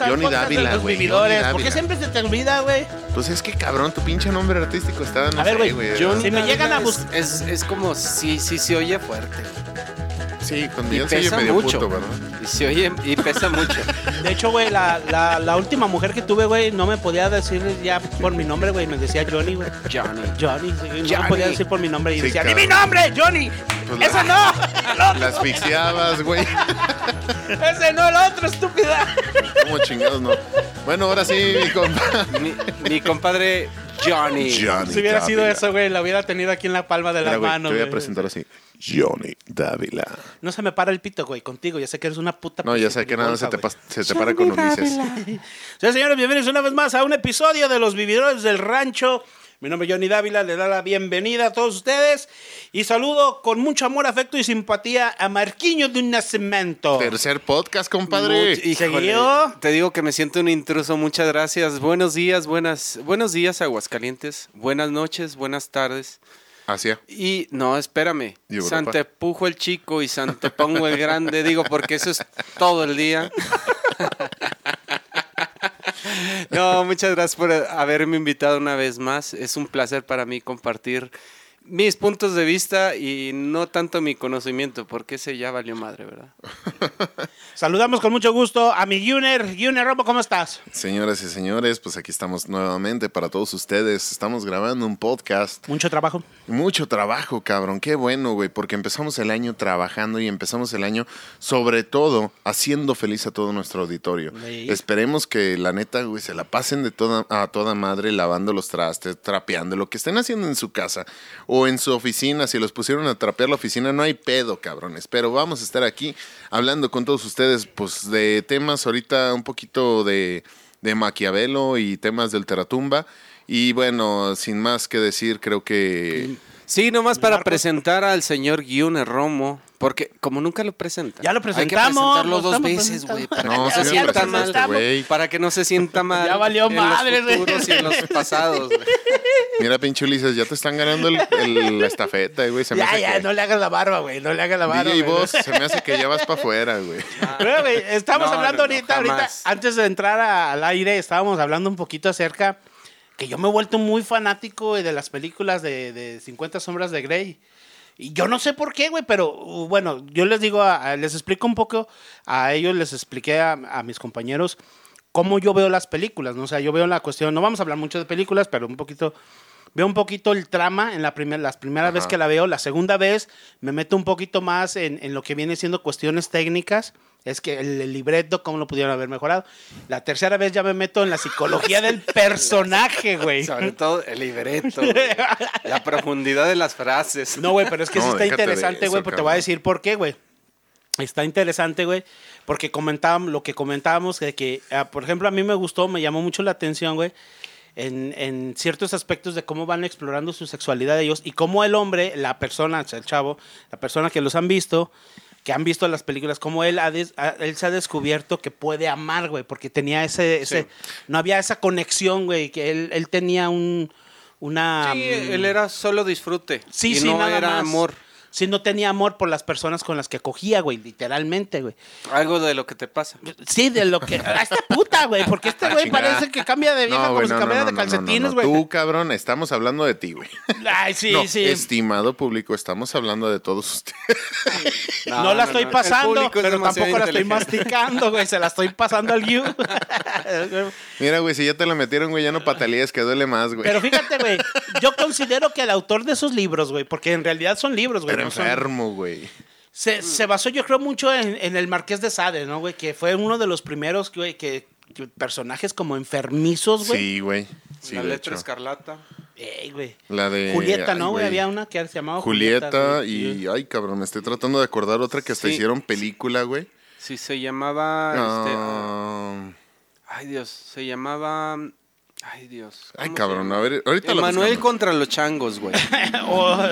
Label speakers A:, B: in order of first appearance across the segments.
A: Ávila,
B: los
A: güey,
B: vividores.
A: Johnny
B: ¿Por qué
A: Ávila.
B: siempre se te olvida, güey?
A: Pues es que cabrón, tu pinche nombre artístico está. No
B: A ver,
A: sé,
B: güey,
A: ¿verdad?
B: Si me
C: Ávila
B: llegan a
C: es-
B: buscar-
C: Es, es como si, si se oye fuerte.
A: Sí, cuando
C: Y
A: ya se oye
C: pesa
A: medio
C: mucho.
A: puto, ¿verdad?
C: Y se oye y pesa mucho.
B: De hecho, güey, la, la, la última mujer que tuve, güey, no me podía decir ya por mi nombre, güey. Me decía Johnny, güey.
C: Johnny.
B: Johnny, sí, no me
C: Johnny.
B: podía decir por mi nombre. Y
A: Sí,
B: decía, ¡ni
A: cabrón.
B: mi nombre, Johnny!
A: Pues
B: ¡Ese
A: la,
B: no!
A: la asfixiabas, güey.
B: ¡Ese no, el otro, estúpida!
A: Como chingados, no. Bueno, ahora sí, mi compa.
C: Mi, mi compadre Johnny.
A: Johnny.
B: Si hubiera sido
A: Dávila.
B: eso, güey, la hubiera tenido aquí en la palma de
A: Mira,
B: la
A: güey,
B: mano,
A: Te voy a
B: güey.
A: presentar así. Johnny Dávila.
B: No se me para el pito, güey, contigo. Ya sé que eres una puta.
A: No, ya sé que nada se te, pas- se te para con Ulises.
B: Sí, señores, bienvenidos una vez más a un episodio de Los Vividores del Rancho. Mi nombre es Johnny Dávila, le da la bienvenida a todos ustedes y saludo con mucho amor, afecto y simpatía a Marquiño de un Nacimiento.
A: Tercer podcast,
C: Much-
A: compadre.
C: híjole,
B: ¿Seguió?
C: Te digo que me siento un intruso. Muchas gracias. Buenos días, buenas, buenos días, Aguascalientes. Buenas noches, buenas tardes.
A: Hacia.
C: Y no, espérame.
A: ¿Y Europa?
C: Santepujo el chico y Santepongo el grande, digo, porque eso es todo el día. No, muchas gracias por haberme invitado una vez más. Es un placer para mí compartir mis puntos de vista y no tanto mi conocimiento, porque ese ya valió madre, ¿verdad?
B: Saludamos con mucho gusto a mi Juner. Juner Robo, ¿cómo estás?
A: Señoras y señores, pues aquí estamos nuevamente para todos ustedes. Estamos grabando un podcast.
B: Mucho trabajo.
A: Mucho trabajo, cabrón. Qué bueno, güey, porque empezamos el año trabajando y empezamos el año, sobre todo, haciendo feliz a todo nuestro auditorio.
B: Sí.
A: Esperemos que la neta, güey, se la pasen de toda, a toda madre lavando los trastes, trapeando, lo que estén haciendo en su casa o en su oficina. Si los pusieron a trapear la oficina, no hay pedo, cabrones. Pero vamos a estar aquí hablando con todos ustedes, pues, de temas ahorita un poquito de, de Maquiavelo y temas del Teratumba. Y bueno, sin más que decir, creo que...
C: Sí, nomás para
B: Marcos.
C: presentar al señor Guione Romo, porque como nunca lo presenta.
B: Ya lo
C: Hay que
B: presentamos,
C: presentarlo
B: lo
C: dos
B: estamos
C: veces, güey, para
A: No,
C: que no se
A: sí lo
C: sienta
A: presentaste,
C: mal,
A: güey.
C: para que no se sienta mal.
B: Ya valió
C: en los
B: madre, güey.
C: futuros y en los pasados. güey.
A: Mira, pinche Ulises, ya te están ganando el- el- la estafeta, güey. Se me
B: Ya,
A: hace
B: ya,
A: que...
B: no le hagas la barba, güey. No le hagas la barba.
A: DJ
B: güey.
A: Boss, se me hace que ya vas para afuera, güey.
C: Ah,
B: Bueno, güey, estamos
C: No, no,
B: hablando
C: no,
B: ahorita, ahorita,
C: jamás.
B: antes de entrar a- al aire, estábamos hablando un poquito acerca que yo me he vuelto muy fanático güey, de las películas de, de 50 sombras de Grey. Y yo no sé por qué, güey, pero uh, bueno, yo les digo, a- a- les explico un poco, a ellos les expliqué a, a mis compañeros cómo yo veo las películas, ¿no? O sea, yo veo la cuestión, no vamos a hablar mucho de películas, pero un poquito, veo un poquito el trama en la primera, las primeras veces
A: Ajá.
B: que la veo, la segunda vez me meto un poquito más en, en lo que viene siendo cuestiones técnicas, es que el, el libreto, cómo lo pudieron haber mejorado. La tercera vez ya me meto en la psicología del personaje, güey.
C: Sobre todo el libreto, güey. la profundidad de las frases.
B: No, güey, pero es que sí
A: No,
B: está
A: déjate de
B: interesante,
A: eso,
B: güey, porque te voy a
A: cabrón.
B: decir por qué, güey. Está interesante, güey, porque comentábamos lo que comentábamos, de que, ah, por ejemplo, a mí me gustó, me llamó mucho la atención, güey, en, en ciertos aspectos de cómo van explorando su sexualidad ellos y cómo el hombre, la persona, o sea, el chavo, la persona que los han visto, que han visto las películas, cómo él, ha des- ha- él se ha descubierto que puede amar, güey, porque tenía ese, ese no había esa conexión, güey, que él, él tenía un, una...
C: Sí,
B: mm,
C: él era solo disfrute.
B: Sí,
C: y
B: sí,
C: no
B: nada
C: era
B: más.
C: amor.
B: Sí, no tenía amor por las personas con las que cogía, güey, literalmente, güey.
C: Algo de lo que te pasa.
B: Sí, de lo que. A esta puta, güey, porque este
A: Ah,
B: güey
A: chingada.
B: parece que cambia de vieja como
A: güey,
B: si cambiara de calcetines, güey.
A: Tú, cabrón, estamos hablando de ti, güey.
B: Ay, sí,
A: No,
B: sí.
A: Estimado público, estamos hablando de todos ustedes.
B: No, la estoy
C: no. El
B: pasando,
C: público es
B: pero
C: demasiado
B: tampoco la estoy
C: inteligente.
B: masticando, güey. Se la estoy pasando al you.
A: Mira, güey, si ya te la metieron, güey, ya no patalías, que duele más, güey.
B: Pero fíjate, güey, yo considero que el autor de esos libros, güey, porque en realidad son libros, güey.
A: Pero
B: no son-
A: enfermo, güey. Mm.
B: Se, se basó, yo creo, mucho en, en el Marqués de Sade, ¿no, güey? Que fue uno de los primeros, güey, que, que personajes como enfermizos, güey.
A: Sí, güey. Sí,
C: la
A: de
C: letra
A: hecho.
C: escarlata.
B: Ey, güey.
A: La de.
B: Julieta,
A: Eh, ay,
B: ¿no, güey? Había una que se llamaba
A: Julieta
B: güey.
A: y. Ay, cabrón, me estoy tratando de acordar otra que hasta
C: Sí.
A: hicieron película, güey.
C: Sí, se llamaba. este,
A: Ah,
C: ay, Dios. Se llamaba. Ay, Dios.
A: Ay,
C: ¿cómo se
A: cabrón,
C: llama?
A: a ver, ahorita lo
C: Emanuel
A: buscamos.
C: contra los changos, güey.
B: O-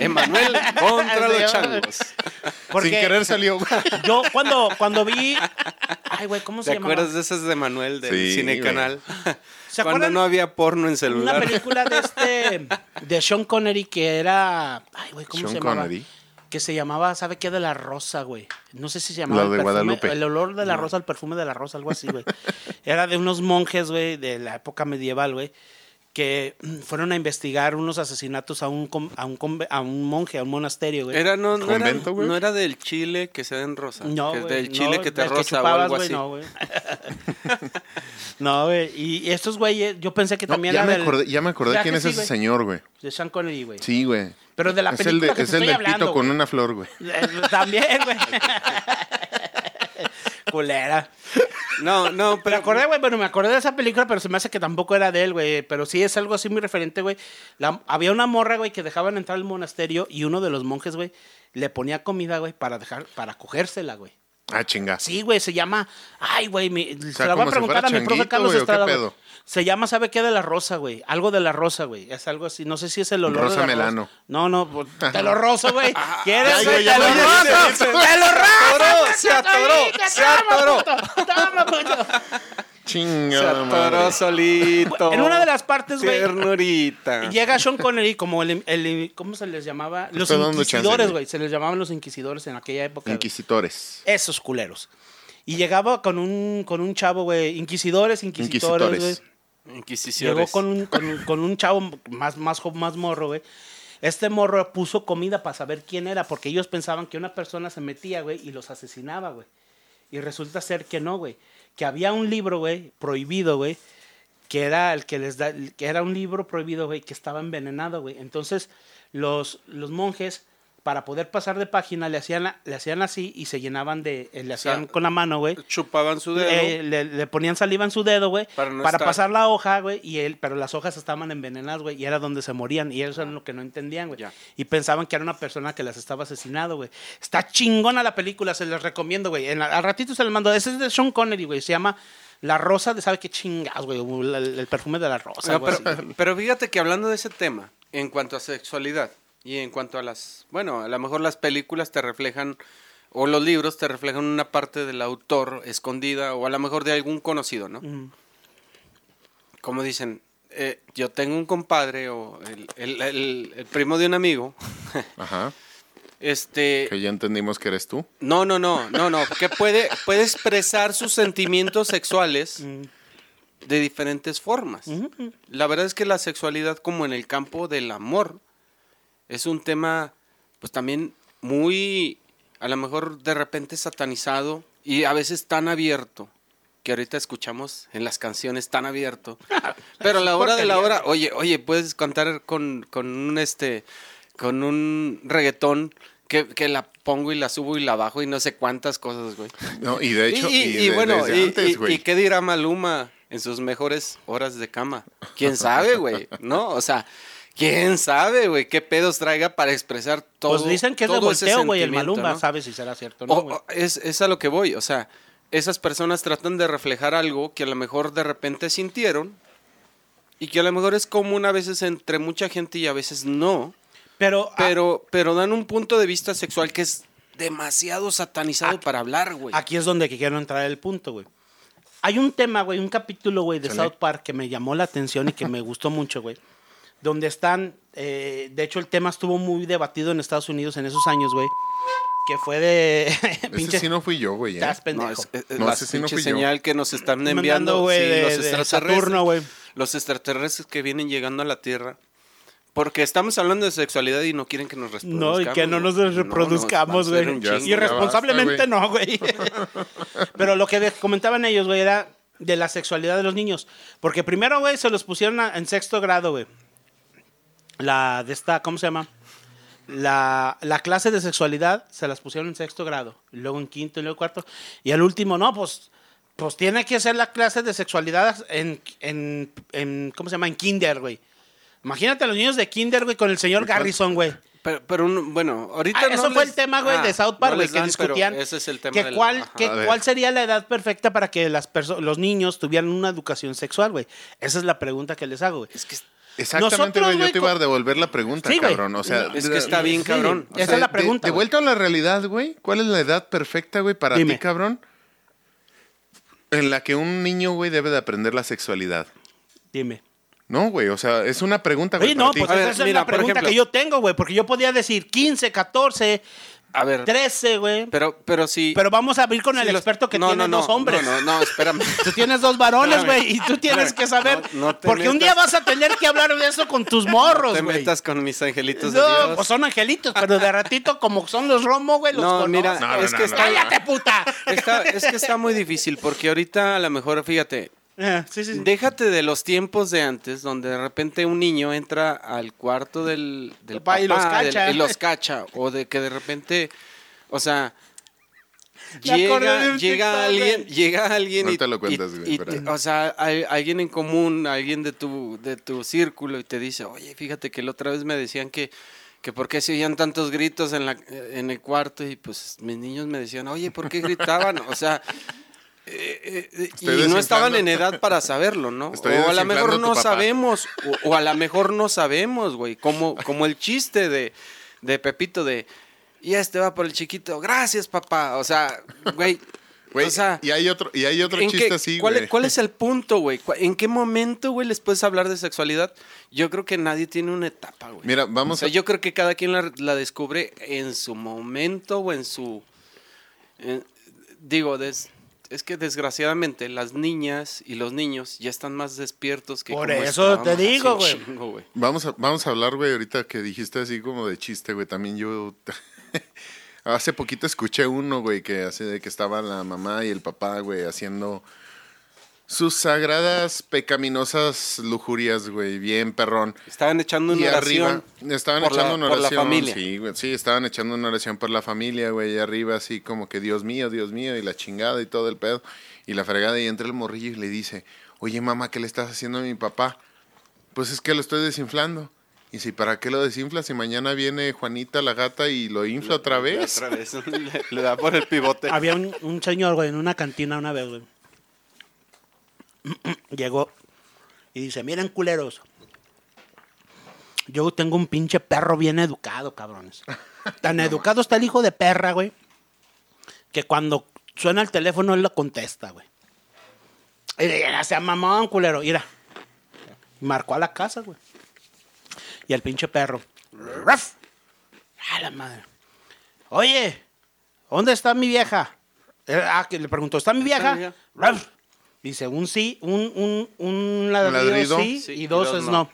C: Emanuel contra
B: Sí,
C: los
B: ya.
C: changos.
B: porque
A: Sin querer salió, güey.
B: Yo cuando, cuando vi... Ay, güey, ¿cómo se
C: ¿Te
B: llamaba?
C: acuerdas de esas de Manuel del
A: Sí,
C: cine
A: güey.
C: canal?
B: ¿Se
C: Cuando
B: acuerdan
C: no había porno en
B: una
C: celular.
B: película de este... De Sean Connery que era... Ay, güey, ¿cómo
A: Sean
B: se llamaba?
A: Connery.
B: que se llamaba, ¿sabe qué? De la rosa, güey. No sé si se llamaba.
A: La
B: el
A: de
B: perfume-
A: Guadalupe.
B: El olor de la rosa, el perfume de la rosa, algo así, güey. Era de unos monjes, güey, de la época medieval, güey, que mm, fueron a investigar unos asesinatos a un, com- a un, conve- a un monje, a un monasterio, güey.
C: Era, no, no, era,
A: ¿Convento, güey?
C: no era del chile que se den rosa.
B: No,
C: que es
B: güey,
C: del chile
B: no,
C: que te
B: del
C: rosa o
B: chupabas,
C: algo
B: güey,
C: así.
B: No, güey. No, güey. y estos güeyes, yo pensé que
A: No,
B: también
A: ya,
B: era
A: me
B: del-
A: acordé, ya me acordé
B: ¿Verdad
A: quién
B: que
A: es
B: sí,
A: ese
B: güey?
A: señor, güey.
B: De Sean Connery, güey.
A: Sí, güey.
B: Pero de la
A: es el,
B: película
A: de-
B: que
A: es
B: te
A: el
B: estoy
A: del
B: hablando,
A: pito con
B: güey.
A: una flor, güey.
B: Eh, También, güey. Culera.
C: No, no,
B: Me
C: pero
B: acordé, güey, bueno, me acordé de esa película, pero se me hace que tampoco era de él, güey. Pero sí es algo así muy referente, güey. La- Había una morra, güey, que dejaban entrar al monasterio y uno de los monjes, güey, le ponía comida, güey, para dejar, para cogérsela, güey.
A: Ah, chinga.
B: Sí, güey, se llama. Ay, güey, mi- se
A: sea,
B: la voy a
A: como si
B: preguntar
A: fuera
B: a mi profe
A: changuito,
B: Carlos
A: güey, ¿o qué
B: Estrada. güey.
A: pedo?
B: Se llama, ¿sabe qué? De la rosa, güey. Algo de la rosa, güey. Es algo así. No sé si es el olor. de
A: Rosa
B: la
A: melano.
B: rosa. No, no, pues, te lo roso, güey. ¿Quieres,
A: ay,
B: güey? Te
A: güey, ya
B: lo
A: me dijiste,
B: roso.
A: dijiste.
B: Te lo roso.
C: Se atoró, se atoró, se
B: puto, Toma, puto.
A: Chinga.
C: se atoró
A: madre.
C: solito.
B: En una de las partes, güey.
A: Ah.
C: Ternurita.
B: Llega Sean Connery como el, el- ¿cómo se les llamaba? Los
A: Estoy dando chance,
B: inquisidores,
A: güey.
B: güey. Se les llamaban los inquisidores en aquella época. güey.
A: Inquisitores.
B: Esos culeros. Y llegaba con un, con un chavo, güey. Inquisidores, inquisidores,
A: Inquisitores.
B: güey.
C: Inquisiciones.
B: Llegó con un, con, un- con un chavo más, más, jo- más morro, güey. Este morro puso comida para saber quién era, porque ellos pensaban que una persona se metía, güey, y los asesinaba, güey. Y resulta ser que no, güey. Que había un libro, güey, prohibido, güey. Que era el que les da, que era un libro prohibido, güey, que estaba envenenado, güey. Entonces, los, los monjes, para poder pasar de página, le hacían, le hacían así y se llenaban de. eh, Le hacían con la mano, güey.
C: Chupaban su dedo.
B: Eh, le, le ponían saliva en su dedo, güey, para,
C: Para no estar-
B: pasar la hoja, güey, y él, pero las hojas estaban envenenadas, güey, y era donde se morían, y eso es lo que no entendían, güey.
C: Ya.
B: Y pensaban que era una persona que las estaba asesinando, güey. Está chingona la película, se les recomiendo, güey. En la- Al ratito se les mando, ese es de Sean Connery, güey, se llama La Rosa de, ¿sabe qué chingas, güey? O la- El, perfume de la rosa,
C: No,
B: algo
C: pero,
B: así.
C: pero fíjate que hablando de ese tema, en cuanto a sexualidad y en cuanto a las, bueno, a lo mejor las películas te reflejan o los libros te reflejan una parte del autor escondida o a lo mejor de algún conocido, ¿no?
B: Mm.
C: Como dicen, eh, yo tengo un compadre o el, el- el- el primo de un amigo,
A: Ajá.
C: este...
A: Que ya entendimos que eres tú.
C: No, no, no, no, no, que puede, puede expresar sus sentimientos sexuales de diferentes formas. La verdad es que la sexualidad, como en el campo del amor, es un tema, pues también muy, a lo mejor de repente satanizado y a veces tan abierto, que ahorita escuchamos en las canciones tan abierto. Pero a la hora de la hora, oye, oye, puedes cantar con, con un este, con un reggaetón. Que, que la pongo y la subo y la bajo y no sé cuántas cosas, güey.
A: No, y de hecho,
C: Y-
A: y,
C: y, y
A: de-
C: bueno,
A: desde
C: y,
A: antes,
C: y-
A: güey.
C: y qué dirá Maluma en sus mejores horas de cama? ¿Quién sabe, güey? ¿No? O sea, ¿quién sabe, güey? ¿Qué pedos traiga para expresar todo?
B: pues dicen que es de
C: todo ese
B: volteo, güey, el
C: sentimiento,
B: Malumba,
C: ¿no?
B: sabe si será cierto o
C: O-
B: no, güey.
C: o- es, es a lo que voy, o sea, esas personas tratan de reflejar algo que a lo mejor de repente sintieron y que a lo mejor es común a veces entre mucha gente y a veces no,
B: Pero, ah,
C: pero, pero dan un punto de vista sexual que es demasiado satanizado
B: Ah.
C: para hablar, güey.
B: Aquí es donde quiero entrar el punto, güey. Hay un tema, güey, un capítulo, güey, de
A: Chale.
B: South Park que me llamó la atención y que me gustó mucho, güey. Donde están, eh, de hecho, el tema estuvo muy debatido en Estados Unidos en esos años, güey. Que fue de...
A: Ese sí no fui yo, güey. ¿eh?
B: Estás pendejo.
C: No, es, es- es
A: No,
C: la
A: ese sí no
C: pinche
A: fui yo.
C: señal que nos están
B: Mandando,
C: enviando
B: güey,
C: sí,
B: de-
C: los
B: de
C: extraterrestres.
B: Saturno, güey.
C: Los extraterrestres que vienen llegando a la Tierra. Porque estamos hablando de sexualidad y no quieren que nos reproduzcamos.
B: No, y que no nos
C: pues, güey.
B: reproduzcamos,
C: No, nos va
B: güey.
C: a hacer un
A: Ya
C: chingo.
A: sé.
B: Irresponsablemente
A: basta,
B: no, güey. Pero lo que de- comentaban ellos, güey, era de la sexualidad de los niños. Porque primero, güey, se los pusieron a- en sexto grado, güey. La de esta, ¿cómo se llama? La, la clase de sexualidad se las pusieron en sexto grado, y luego en quinto y luego en cuarto. Y al último, no, pues, pues tiene que ser la clase de sexualidad en, en, en ¿cómo se llama? En kinder, güey. Imagínate a los niños de kinder, güey, con el señor Garrison, güey.
C: Pero, pero un- bueno, ahorita
B: Ah,
C: no
B: eso fue
C: les-
B: el tema, güey,
C: Ah,
B: de South Park,
C: no
B: güey,
C: les
B: que
C: dan, pero
B: discutían.
C: Ese es el tema.
B: que
C: del-
B: cuál,
C: ajá.
B: que
A: A ver.
B: cuál sería la edad perfecta para que las perso- los niños tuvieran una educación sexual, güey. Esa es la pregunta que les hago, güey.
C: Es que,
A: Exactamente,
B: Nosotros,
A: güey. Yo
B: güey,
A: te iba a
B: co-
A: devolver la pregunta,
B: Sí, güey.
A: cabrón. O sea,
C: es que está bien,
B: Sí,
C: cabrón. O
B: esa
C: sea,
B: es la
A: de-
B: pregunta.
A: De,
B: güey.
A: vuelta a la realidad, güey. ¿Cuál es la edad perfecta, güey, para
B: Dime.
A: ti, cabrón? En la que un niño, güey, debe de aprender la sexualidad.
B: Dime.
A: No, güey, o sea, es una pregunta, güey.
B: Oye, no,
A: para ti.
B: pues
C: A ver,
B: esa es
C: mira,
B: la
C: por
B: pregunta
C: ejemplo.
B: que yo tengo, güey, porque yo podía decir 15, 14,
C: A ver,
B: 13, güey. Pero,
C: pero, pero si...
B: vamos a abrir con
C: si
B: el
C: los-
B: experto que
C: no,
B: tiene
C: no, no,
B: dos hombres.
C: No, no, no, espérame.
B: Tú tienes dos varones,
C: Espérame.
B: güey, y tú tienes que saber.
C: No- no te
B: porque un día
C: metas.
B: vas a tener que hablar de eso con tus morros,
C: te
B: güey.
C: metas con mis angelitos de
B: No,
C: Dios.
B: pues son angelitos, pero de ratito, como son los Romo, güey, los
C: No,
B: conoces.
C: mira,
A: No, no,
C: es
A: no,
C: que
A: no.
C: está...
B: ¡Cállate, puta!
C: está- es que está muy difícil porque ahorita a lo mejor, fíjate,
B: Eh, sí, sí, sí.
C: Déjate de los tiempos de antes, donde de repente un niño entra al cuarto del, del
B: Papá
C: papá
B: y los
C: del-
B: cacha.
C: y los cacha, O de que de repente, o sea,
B: Me acordé de
C: llega,
B: un
C: llega
B: TikTok,
C: alguien,
B: güey.
C: llega alguien
A: No
C: y,
A: te lo cuentas,
C: y-
A: güey,
C: y-
A: pero-
C: o sea, al- alguien en común, alguien de tu, de tu círculo y te dice, oye, fíjate que la otra vez me decían que que por qué se oían tantos gritos en, la, en el cuarto y pues mis niños me decían, oye, ¿por qué gritaban? O sea, eh, eh, y
A: Estoy
C: no estaban en
A: desinflando.
C: edad para saberlo, ¿no?
A: Estoy
C: o a lo
A: desinflando a
C: mejor
A: tu
C: no
A: papá.
C: sabemos, o, o a lo mejor no sabemos, güey. Como, como el chiste de, de Pepito de, y este va por el chiquito, gracias papá. O sea, güey.
A: Güey,
C: o sea,
A: y hay otro, y hay otro
C: ¿en
A: chiste
C: qué-
A: así,
C: cuál,
A: güey.
C: cuál es el punto, güey? ¿Cuál- ¿En qué momento, güey, les puedes hablar de sexualidad? Yo creo que nadie tiene una etapa, güey.
A: Mira, vamos
C: O sea,
A: a-
C: yo creo que cada quien la, la descubre en su momento o en su... en- digo, des- es que desgraciadamente las niñas y los niños ya están más despiertos que...
B: Por
C: como
B: eso te
C: estábamos hace
B: digo,
C: un
B: güey.
C: chingo, güey.
A: Vamos a, vamos a hablar, güey, ahorita que dijiste así como de chiste, güey. También yo. hace poquito escuché uno, güey, que así de que estaba la mamá y el papá, güey, haciendo sus sagradas, pecaminosas lujurias, güey. Bien, perrón.
C: Estaban echando
A: Y
C: una
A: arriba,
C: oración.
A: estaban
C: por la-
A: echando una
C: por la
A: oración.
C: familia.
A: Sí, güey, sí, estaban echando una oración por la familia, güey. Y arriba, así como que Dios mío, Dios mío, y la chingada y todo el pedo. Y la fregada, y entra el morrillo y le dice: Oye, mamá, ¿qué le estás haciendo a mi papá? Pues es que lo estoy desinflando. Y si, ¿para qué lo desinflas? Si mañana viene Juanita la gata y lo infla otra vez.
C: Otra vez. le, le da por el pivote.
B: Había un, un señor, güey, en una cantina una vez, güey. Llegó y dice, miren culeros, yo tengo un pinche perro bien educado, cabrones. Tan educado está el hijo de perra, güey, que cuando suena el teléfono él lo contesta, güey. Y le dice, "Ya sea mamón, culero, mira. Marcó a la casa, güey. Y el pinche perro. "Raf". A la madre. Oye, ¿Dónde está mi vieja? Eh, Ah, que le preguntó, ¿está mi
C: ¿Está
B: vieja?
C: mi vieja?
B: Raf. Dice, un sí, un, un, un ladrido,
A: ladrido?
B: sí,
C: Sí,
B: y dos, es no.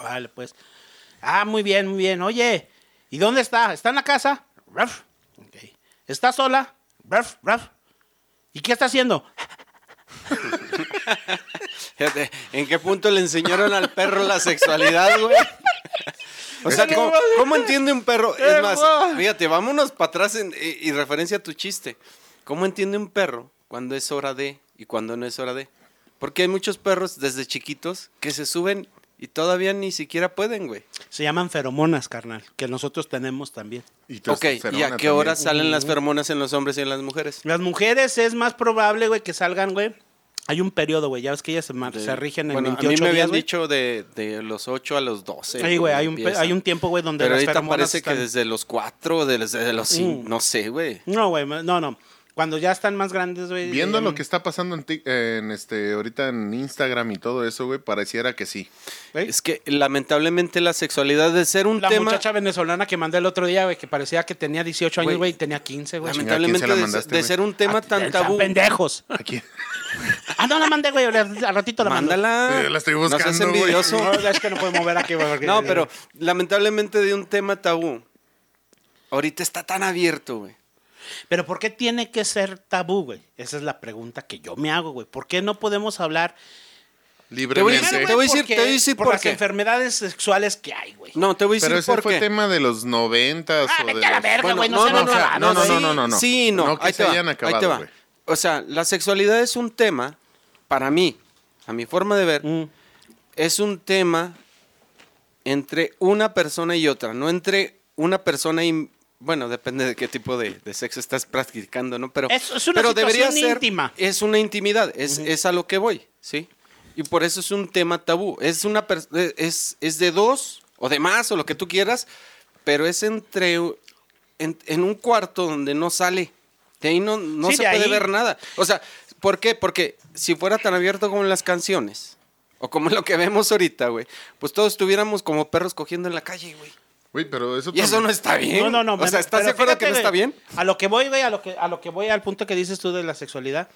B: Vale, pues. Ah, muy bien, muy bien. Oye, ¿y dónde está? ¿Está en la casa? Raf. Ok. ¿Está sola? Raf, raf. ¿Y qué está haciendo?
C: Fíjate, ¿en qué punto le enseñaron al perro la sexualidad, güey? O sea, ¿cómo, cómo entiende un perro? Es más, fíjate, vámonos para atrás en- y, y referencia a tu chiste. ¿Cómo entiende un perro cuando es hora de y cuando no es hora de? Porque hay muchos perros desde chiquitos que se suben y todavía ni siquiera pueden, güey.
B: Se llaman feromonas, carnal, que nosotros tenemos también.
A: Y tú
C: Ok,
A: estás
C: ¿y
A: ferona
C: a qué
A: también.
C: hora salen las feromonas en los hombres y en las mujeres?
B: Las mujeres es más probable, güey, que salgan, güey. Hay un periodo, güey, ya ves que ellas se, ma- se rigen en
C: bueno,
B: 28
C: a mí me habían
B: días, güey.
C: dicho de, de los 8 a los 12.
B: Ay, güey, hay un, pe-
C: empiezan.
B: hay un tiempo, güey, donde
C: Pero
B: las
C: ahorita
B: feromonas
C: parece
B: están-
C: que desde los cuatro, desde los cinco,
B: Mm.
C: no sé, güey.
B: No, güey, ma- no, no. Cuando ya están más grandes, güey.
A: Viendo
B: eh,
A: lo que está pasando en, ti- en este ahorita en Instagram y todo eso, güey, pareciera que sí.
B: güey,
C: Es que lamentablemente la sexualidad de ser un
B: La
C: tema...
B: muchacha venezolana que mandé el otro día, güey, que parecía que tenía 18 años,
C: Güey.
B: güey, y tenía 15, güey. Ah,
A: Lamenta-
C: Lamentablemente
A: ¿A quién se la
C: de-
A: mandaste,
C: de,
A: güey?
C: ser un tema tan
B: Están
C: tabú.
B: pendejos.
A: Aquí.
B: Ah, no la mandé, güey, al ratito la mandé.
C: Mándala.
A: Eh, la estoy
C: no seas
A: buscando, güey.
C: envidioso.
B: No, es que no puedo mover aquí, güey. porque-
C: No, pero lamentablemente de un tema tabú. Ahorita está tan abierto, güey.
B: Pero ¿por qué tiene que ser tabú, güey? Esa es la pregunta que yo me hago, güey. ¿Por qué no podemos hablar?
A: Libremente.
C: Te
B: Primero,
C: voy
B: güey,
C: a decir-
B: porque-
C: te voy a decir
B: por
C: por
B: las
C: qué.
B: enfermedades sexuales que hay, güey.
C: No, te voy a decir
A: Pero ese
C: por
A: fue
C: qué.
A: tema de los noventas.
B: Ah,
A: o
B: vete
A: de
B: a la
A: los-
B: verga, güey, no
A: no,
B: sean
A: no, o sea,
B: mamadas,
A: no, no,
B: güey.
A: no, no, no, no.
C: Sí, no.
A: No que
C: ahí
A: se
C: te va,
A: hayan acabado,
C: ahí te va.
A: güey.
C: O sea, la sexualidad es un tema, para mí, a mi forma de ver,
B: Mm.
C: es un tema entre una persona y otra, no entre una persona y... Bueno, depende de qué tipo de, de sexo estás practicando, ¿no? Pero,
B: Es- es una
C: pero
B: situación íntima.
C: Es una intimidad, es, es a lo que voy, ¿sí? Y por eso es un tema tabú. Es, una per- es, es de dos o de más o lo que tú quieras, pero es entre... En, en un cuarto donde no sale. De ahí no, no
B: Sí,
C: se
B: de
C: puede
B: ahí.
C: ver nada. O sea, ¿por qué? Porque si fuera tan abierto como en las canciones, O como lo que vemos ahorita, güey. Pues todos estuviéramos como perros cogiendo en la calle, güey.
A: Güey, pero eso
C: Y eso no está bien.
B: No, no, no.
C: O sea,
B: me-
C: ¿estás
B: pero
C: de acuerdo que
B: fíjate,
C: no está
B: güey,
C: bien?
B: A lo que voy, güey, a lo que, a lo que voy, al punto que dices tú de la sexualidad.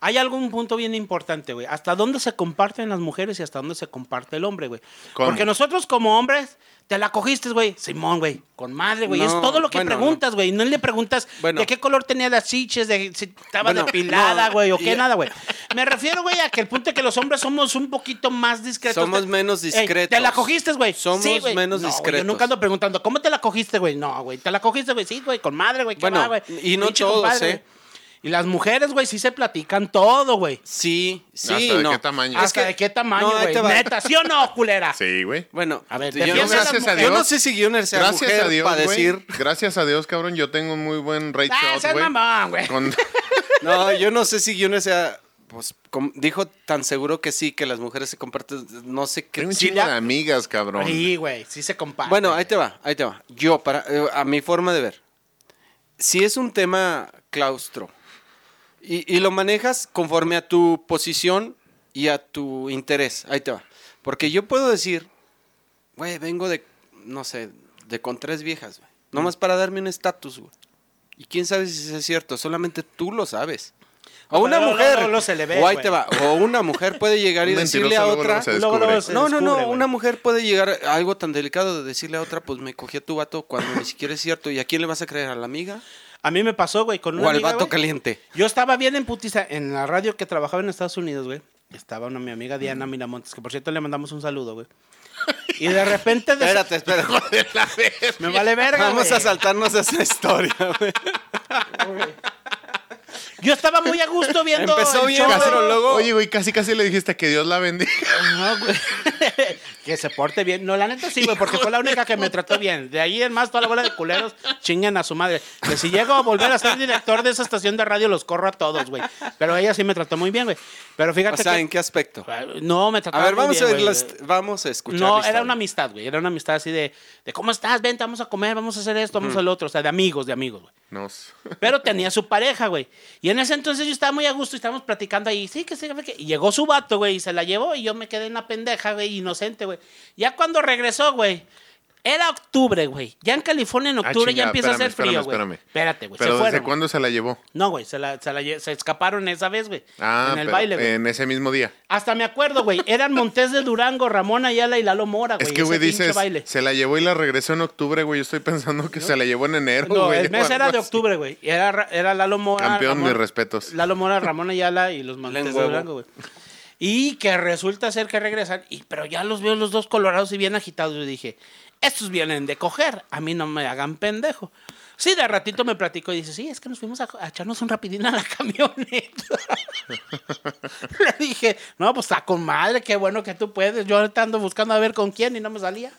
B: Hay algún punto bien importante, güey. ¿Hasta dónde se comparten las mujeres y hasta dónde se comparte el hombre, güey?
A: ¿Cómo?
B: Porque nosotros como hombres, te la cogiste, güey. Simón, güey. Con madre, güey. es
C: No,
B: todo lo que
C: bueno,
B: preguntas, güey. No. le preguntas
C: Bueno.
B: de qué color tenía las chiches, de si estaba
C: Bueno,
B: depilada,
C: no,
B: güey, o
C: y-
B: qué nada, güey. Me refiero, güey, a que el punto es que los hombres somos un poquito más discretos.
C: Somos
B: Te-
C: menos
B: Ey,
C: discretos.
B: te la cogiste, güey.
C: Somos
B: Sí, güey.
C: menos
B: No, güey,
C: discretos.
B: yo nunca ando preguntando, ¿cómo te la cogiste, güey? No, güey, te la cogiste, güey, sí, güey, con madre, güey, qué
C: Bueno,
B: va, güey.
C: y no
B: Pinche
C: todos, ¿eh?
B: güey. Y las mujeres, güey, sí se platican todo, güey.
C: Sí, sí,
A: ¿Hasta de
C: no.
A: qué tamaño?
C: Es
B: Hasta
C: que-
B: de qué tamaño,
C: no, ahí
B: güey.
C: te va.
B: Neta, ¿sí o no, culera?
A: Sí, güey.
C: Bueno,
B: A ver,
C: yo no,
B: defiende
C: sé,
B: a las
A: Gracias a
B: mujeres.
A: Dios.
C: yo no sé si Guioner sea
A: Gracias
C: mujer
A: a Dios,
C: para
A: güey.
C: decir...
A: Gracias a Dios, cabrón, yo tengo un muy buen rate
B: Ah,
A: shot,
B: seas
A: güey.
B: mamón, güey.
A: Con-
C: No, yo no sé si Guioner sea... Pues com- dijo tan seguro que sí, que las mujeres se comparten, no sé qué.
A: Tengo un
C: sí
A: chingo
C: la-
A: de amigas, cabrón.
B: Sí, güey, sí se comparte.
C: Bueno, ahí
B: güey.
C: te va, ahí te va. Yo, para, eh, a mi forma de ver, si es un tema claustro y, y lo manejas conforme a tu posición y a tu interés, ahí te va. Porque yo puedo decir, güey, vengo de, no sé, de con tres viejas, güey. Nomás para darme un estatus, güey. Y quién sabe si es cierto, solamente tú lo sabes. O
B: No,
C: una
B: no, no,
C: mujer.
B: no, no se le ve,
C: o ahí
B: güey.
C: te va. O una mujer puede llegar y
A: Un
C: decirle
A: mentiroso
C: a
A: luego,
C: otra.
A: luego se
B: luego,
A: descubre.
B: luego se-
C: No, no, no.
B: descubre, güey.
C: Una mujer puede llegar a algo tan delicado de decirle a otra, pues me cogí a tu vato cuando ni siquiera es cierto. ¿Y a quién le vas a creer? ¿A la amiga?
B: A mí me pasó, güey, con una
C: ¿O al
B: amiga,
C: vato
B: güey.
C: caliente?
B: Yo estaba bien en putiza en la radio que trabajaba en Estados Unidos, güey. Estaba una mi amiga
C: Mm.
B: Diana Miramontes, que por cierto le mandamos un saludo, güey. Y de repente de-
C: Espérate, espérate.
B: me vale verga.
C: Vamos a
B: güey.
C: saltarnos esa historia, güey.
B: Yo estaba muy a gusto viendo
C: Empezó
B: el
C: bien,
B: show,
C: pero
B: güey.
C: luego-
A: Oye, güey, casi casi le dijiste que Dios la bendiga.
B: No, güey. que se porte bien. No, la neta sí, güey, porque fue la única que me trató bien. De ahí en más, toda la bola de culeros chingan a su madre. Que si llego a volver a ser director de esa estación de radio, los corro a todos, güey. Pero ella sí me trató muy bien, güey. Pero
C: O
B: fíjate
C: sea,
B: que...
C: ¿en qué aspecto?
B: No, me
C: A
B: trataba
C: ver,
B: muy
C: vamos a
B: bien, güey.
C: ver las... Vamos a escuchar la
B: No, era
C: historia.
B: una amistad, güey. Era una amistad así de, de ¿cómo estás? Vente, vamos a comer, vamos a hacer esto, vamos al otro. O sea, de amigos, de amigos, güey.
A: Nos.
B: Pero tenía su pareja, güey. Y en ese entonces yo estaba muy a gusto y estábamos platicando ahí. Sí, que sí, que- Y llegó su vato, güey, y se la llevó y yo me quedé en la pendeja, güey, inocente, güey. Ya cuando regresó, güey. Era octubre, güey. Ya en California en
A: Ah,
B: octubre ya
A: chinga,
B: empieza a
A: espérame,
B: hacer frío, güey.
A: espérame, espérame.
B: Espérate, güey. Pues Se
A: Pero ¿desde
B: fueron.
A: cuándo se la llevó?
B: No, güey, se, la, se, la lle- se escaparon esa vez, güey.
A: Ah,
B: en el
A: pero
B: baile, güey.
A: en ese mismo día.
B: Hasta me acuerdo, güey. Eran Montes de Durango, Ramón Ayala y Lalo Mora, güey.
A: es que, güey,
B: ese pinche
A: dices,
B: baile.
A: se la llevó y la regresó en octubre, güey. Yo estoy pensando que se la llevó en enero,
B: No,
A: güey.
B: el mes
A: o
B: era
A: algo
B: de
A: así.
B: octubre, güey. Y Era, Ra- era Lalo Mora.
A: Campeón, mis respetos.
B: Lalo Mora, Ramón Ayala y los Montes de
C: Lenguevo.
B: Durango, güey. Y que resulta ser que regresan, y, pero ya los veo los dos colorados y bien agitados. Y dije, estos vienen de coger, a mí no me hagan pendejo. Sí, de ratito me platicó y dice, sí, es que nos fuimos a, a echarnos un rapidín a la camioneta. Le dije, no, pues está con madre, qué bueno que tú puedes. Yo ahorita ando buscando a ver con quién y no me salía.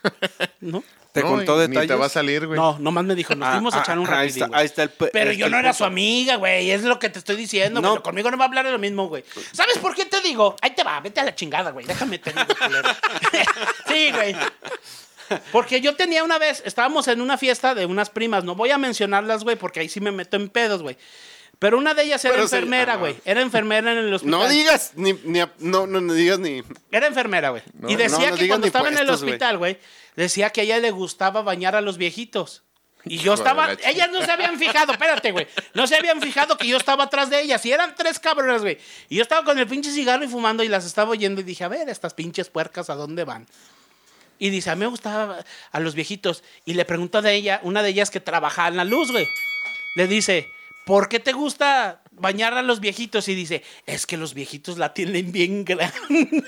B: ¿No?
C: ¿Te
A: No,
C: contó
A: y Ni te
C: detalles?
A: va a salir, güey.
B: No, nomás me dijo, nos
C: Ah,
B: fuimos
C: ah,
B: a echar un
C: ahí
B: rapidín,
C: está-
B: güey.
C: ahí está el pu-
B: Pero
C: está
B: yo
C: el
B: no era
C: punto.
B: su amiga, güey. Es lo que te estoy diciendo.
C: No.
B: güey. Conmigo no va a hablar de lo mismo, güey. ¿Sabes por qué te digo? Ahí te va, vete a la chingada, güey. Déjame te digo, culero. sí, güey. Porque yo tenía una vez, estábamos en una fiesta de unas primas. No voy a mencionarlas, güey, porque ahí sí me meto en pedos, güey. Pero una de ellas era
C: Pero se-
B: enfermera,
C: ah.
B: güey. Era enfermera en el hospital.
C: No digas, ni, ni a- no, no, no digas ni...
B: Era enfermera, güey.
A: No,
B: y
C: no,
B: decía
C: no
B: que
C: digas
B: cuando
C: ni
B: estaba en el
C: puestos, güey.
B: hospital, güey, decía que a ella le gustaba bañar a los viejitos. Y
A: Hijo
B: yo
A: de
B: estaba.
A: la chi-
B: Ellas no se habían fijado, espérate, güey. No se habían fijado que yo estaba atrás de ellas. Y eran tres cabronas, güey. Y yo estaba con el pinche cigarro y fumando y las estaba oyendo. Y dije, a ver, estas pinches puercas, ¿a dónde van? Y dice, a mí me gustaba a los viejitos. Y le preguntó de ella, una de ellas que trabajaba en la luz, güey. Le dice, ¿por qué te gusta bañar a los viejitos? Y dice, es que los viejitos la tienen bien grande.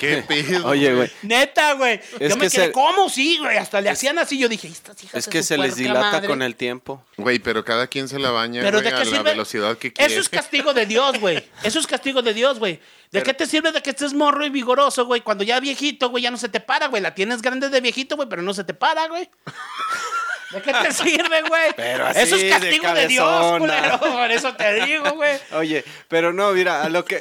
A: ¿Qué pido?
C: Oye, güey.
B: Neta, güey.
C: Es
B: Yo me
C: que
B: quedé,
C: se-
B: ¿cómo sí, güey? Hasta le hacían así. Yo dije, estas hijas
C: Es
B: de
C: que
B: su
C: se les
B: puerca
C: dilata
B: madre".
C: con el tiempo.
A: Güey, pero cada quien se la baña,
B: Pero
A: güey,
B: ¿de
A: a
B: qué
A: la
B: sirve?
A: velocidad que quiere.
B: Eso es castigo de Dios, güey. Eso es castigo de Dios, güey. ¿De qué te sirve de que estés morro y vigoroso, güey? Cuando ya viejito, güey, ya no se te para, güey. La tienes grande de viejito, güey, pero no se te para, güey. ¿De qué te sirve, güey?
C: Pero
B: Eso
C: así,
B: es
C: de
B: castigo de, Dios,
C: cabezona.
B: culero. Por eso te digo, güey.
C: Oye, pero no, mira, a lo que...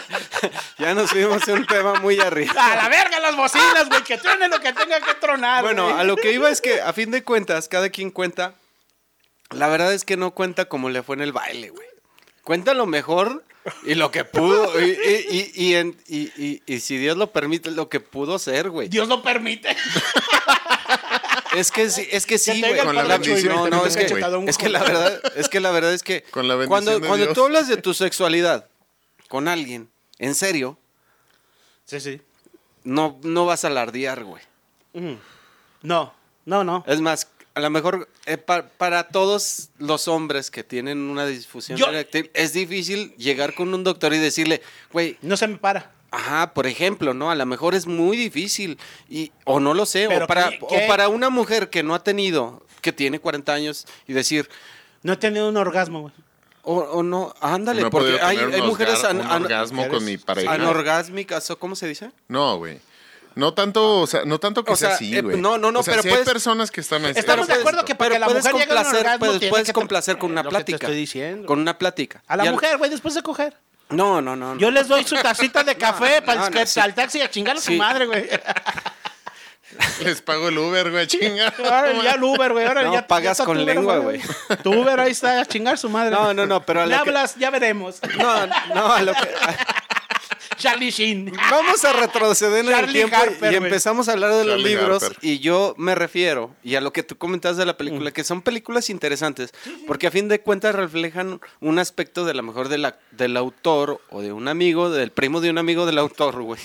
C: ya nos fuimos a un tema muy arriba.
B: A la verga las bocinas, güey. Que truenen lo que tenga que tronar,
C: Bueno,
B: güey.
C: a lo que iba es que a fin de cuentas, cada quien cuenta. La verdad es que no cuenta como le fue en el baile, güey. Cuenta lo mejor Y lo que pudo, y, y- y- y en- y- y- y si Dios lo permite, lo que pudo ser, güey.
B: Dios lo permite.
C: Es que sí, es que sí,
B: te
C: güey.
B: oiga el
A: Con la
B: palacho y
A: bendición.
C: No,
B: te
C: no,
B: metes
C: es que,
B: cachetado a un
C: es que
B: co-
C: la verdad, es que la verdad es que
A: Con la bendición
C: cuando,
A: de
C: cuando
A: Dios.
C: tú hablas de tu sexualidad con alguien, en serio,
B: Sí, sí.
C: no, no vas a alardear, güey.
B: Mm. No, no, no.
C: Es más, a lo mejor eh, pa- para todos los hombres que tienen una disfusión
B: Yo-
C: eréctil, es difícil llegar con un doctor y decirle, güey,
B: No se me para.
C: Ajá, por ejemplo, ¿no? A lo mejor es muy difícil y o no lo sé, o
B: Pero
C: para,
B: ¿qué-
C: o
B: qué?
C: para una mujer que no ha tenido, que tiene 40 años y decir,
B: No he tenido un orgasmo, güey.
C: o, o no, ándale,
A: No he
C: porque
A: podido
C: hay,
A: tener un
C: hay mujeres
A: orga-
C: an-
A: un
C: an-
A: orgasmo con mi pareja.
C: anorgásmicas, o ¿cómo se dice?
A: No, güey. No tanto, o sea, no tanto que
C: O
A: sea,
C: sea,
A: así,
C: eh,
A: güey.
C: no, no, no,
A: O sea,
C: pero
A: sí
C: puedes-
A: hay personas que están así.
B: Estamos de
A: pero puedes-
B: acuerdo que para que la
C: puedes
B: mujer llegue a un
C: complacer,
B: orgasmo
C: puedes,
B: tiene
C: puedes
B: que-
C: complacer con una
B: Eh, Lo que te
C: plática.
B: estoy diciendo.
C: Con una plática.
B: A la
C: Y al-
B: mujer, güey, después de coger.
C: No, no, no. no.
B: Yo les doy su tacita de café para
C: no,
B: que
C: no, sí.
B: al taxi a chingar a su
C: Sí.
B: madre, güey.
A: Les pago el Uber, güey, chinga.
B: Ahora ya el Uber, güey. Ahora
C: No,
B: ya
C: pagas
B: ya está
C: con
B: tu Uber,
C: lengua,
B: Tu Uber ahí está a chingar su madre.
C: No, no, no, pero a
B: Le
C: lo que-
B: hablas, ya veremos.
C: No, no, a lo que-
B: Charlie Sheen.
C: Vamos a retroceder en el
B: Charlie
C: tiempo
B: Harper, güey.
C: y empezamos a hablar de los
A: Charlie
C: libros
A: Harper.
C: y yo me refiero y a lo que tú comentas de la
B: Mm.
C: película, que son películas interesantes, porque a fin de cuentas reflejan un aspecto de la mejor de la- del autor o de un amigo, del primo de un amigo del autor, güey.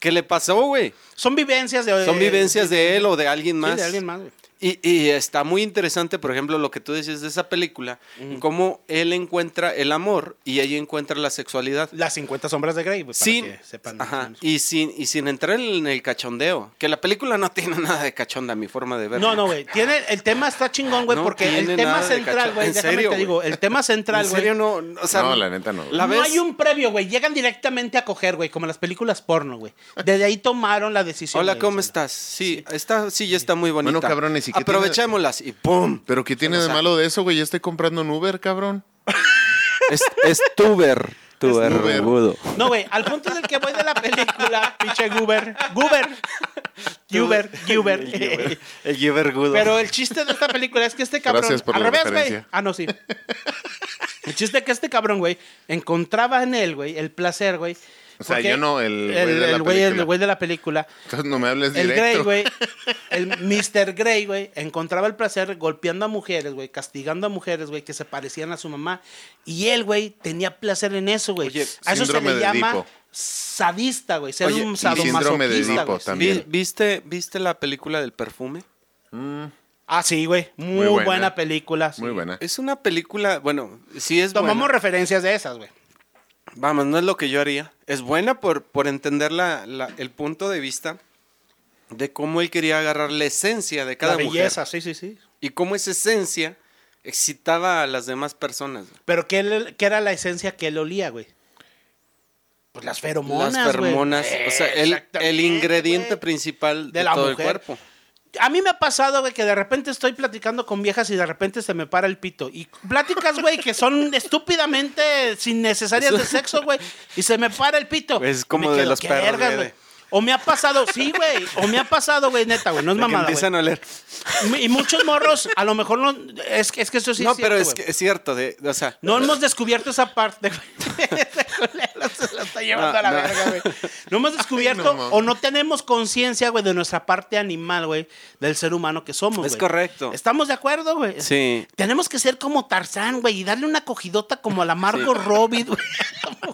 C: ¿Qué le pasó, güey?
B: Son vivencias de.
C: Son vivencias de él o de alguien
B: Eh, Sí,
C: más.
B: de alguien más, güey.
C: Y, y está muy interesante, por ejemplo, lo que tú decías de esa película, cómo él encuentra el amor y ella encuentra la sexualidad.
B: Las 50 sombras de Grey, güey. para
C: Sin,
B: que sepan.
C: ajá, y sin y sin entrar en el cachondeo, que la película no tiene nada de cachonda a mi forma de verlo.
B: No, no, güey. Tiene, el tema está chingón, güey,
C: No
B: porque el
C: tiene
B: tema
C: nada de
B: central,
C: cacho-
B: güey,
C: en
B: déjame
C: serio,
B: te
C: güey.
B: digo, el tema central,
C: En serio
B: güey.
C: no, o sea,
A: No, la neta no, güey.
C: la
B: no
C: ves-
B: hay un previo, güey. Llegan directamente a coger, güey, como en las películas porno, güey. Desde ahí tomaron la decisión.
C: Hola,
B: güey,
C: ¿cómo
B: o sea,
C: estás? Sí, está sí ya está muy bonita.
A: Bueno, cabrones, ¿y qué tiene-
C: Aprovechémoslas y pum.
A: Pero ¿qué tiene de
C: saca.
A: malo de eso, güey? Ya estoy comprando un Uber, cabrón.
C: Es, es tuber, tuber,
A: tuber.
C: rudo.
B: No, güey, al punto del que voy de la película, pinche Goober. Goober. Goober, Goober.
C: El givergudo.
B: Pero el chiste de esta película es que este cabrón.
A: Gracias por
B: al
A: la
B: revés, güey.
A: referencia.
B: Ah, no, sí. El chiste es que este cabrón, güey, encontraba en él, güey, el placer, güey.
A: O sea,
B: porque
A: yo no, el güey de la
B: el güey- el
A: película.
B: güey de la película.
A: Entonces no me hables
B: El Grey,
A: directo.
B: güey. El Mr. Grey, güey. Encontraba el placer golpeando a mujeres, güey. Castigando a mujeres, güey. Que se parecían a su mamá. Y él, güey, tenía placer en eso, güey.
C: Oye,
B: A eso se
A: síndrome
B: le
A: de
B: llama
A: Edipo.
B: sadista, güey. Ser
C: Oye,
B: un
C: y
A: síndrome de
B: sadomasoquista,
A: Edipo
B: güey.
A: también.
C: Vi- ¿Viste viste la película del perfume?
B: Ah, sí, güey. Muy,
A: Muy buena.
B: buena. película. sí.
A: Muy buena.
C: Es una película, bueno, sí es
B: Tomamos
C: buena.
B: referencias de esas, güey.
C: Vamos, no es lo que yo haría. Es buena por, por entender la- la- el punto de vista de cómo él quería agarrar la esencia de cada
B: La belleza,
C: mujer.
B: sí, sí, sí.
C: Y cómo esa esencia excitaba a las demás personas. güey.
B: Pero ¿qué, le- qué era la esencia que él olía, güey? Pues las feromonas,
C: las fermonas,
B: güey.
C: o sea, el, el
B: Eh, Exactamente,
C: ingrediente
B: güey.
C: principal de,
B: De la
C: todo el
B: mujer.
C: cuerpo.
B: A mí me ha pasado, güey, que de repente estoy platicando con viejas y de repente se me para el pito. Y pláticas, güey, que son estúpidamente sin necesarias de sexo, güey. Y se me para el pito.
C: Es como
B: Me
C: de
B: quedo,
C: los
B: "¿Qué
C: perros,
B: vergas,
C: güey,
B: güey?".
C: de-
B: O me ha pasado, sí, güey. O me ha pasado, güey, neta, güey. No es
C: De que
B: mamada,
C: empiezan
B: güey.
C: a oler.
B: Y muchos morros, a lo mejor no. Es, que- es que eso sí
C: no,
B: es cierto,
C: pero es,
B: güey.
C: que- es cierto, de, o sea,
B: No hemos descubierto esa parte, güey. Ese culero se la está llevando
C: No,
B: a la
C: no.
B: verga, güey. No hemos descubierto
A: no mames.
B: o no tenemos conciencia, güey, de nuestra parte animal, güey, del ser humano que somos,
C: Es
B: güey.
C: correcto.
B: ¿Estamos de acuerdo, güey?
C: Sí.
B: Tenemos que ser como Tarzán, güey, y darle una cogidota como a la Margot Robbie, güey.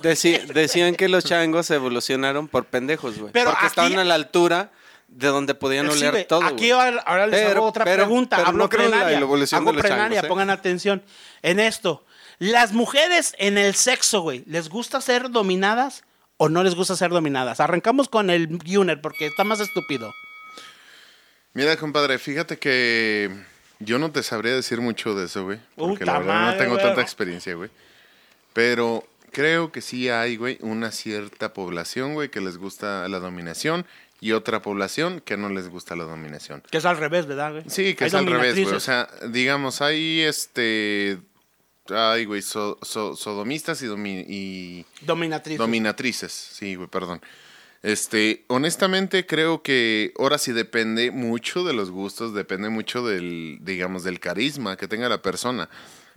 C: deci- decían que los changos evolucionaron por pendejos, güey.
B: Pero aquí-
C: Porque estaban a la altura de donde podían
B: Sí,
C: oler
B: güey.
C: todo.
B: Aquí
C: güey.
B: ahora, ahora les
C: Pero-
B: hago otra
C: pero-
B: pregunta.
C: pero
B: Hablo
C: no creo en la
B: plenaria.
C: evolución
B: Hago
C: de los
B: plenaria,
C: changos, ¿eh?
B: pongan atención. En esto, las mujeres en el sexo, güey, ¿les gusta ser dominadas o no les gusta ser dominadas? Arrancamos con el Guner porque está más estúpido.
A: Mira, compadre, fíjate que yo no te sabría decir mucho de eso, güey. Porque
B: Puta
A: la verdad
B: madre,
A: no tengo
B: güey.
A: tanta experiencia, güey. Pero creo que sí hay, güey, una cierta población, güey, que les gusta la dominación y otra población que no les gusta la dominación.
B: Que es al revés, ¿verdad, güey?
A: Sí, que
B: Hay
A: es al revés, güey. O
B: dominatrices.
A: sea, digamos, hay este. Ay, güey, so- so- sodomistas y, domi- y
B: Dominatrices.
A: Dominatrices, sí, güey, perdón. Este, honestamente creo que ahora sí depende mucho de los gustos, depende mucho del, digamos, del carisma que tenga la persona.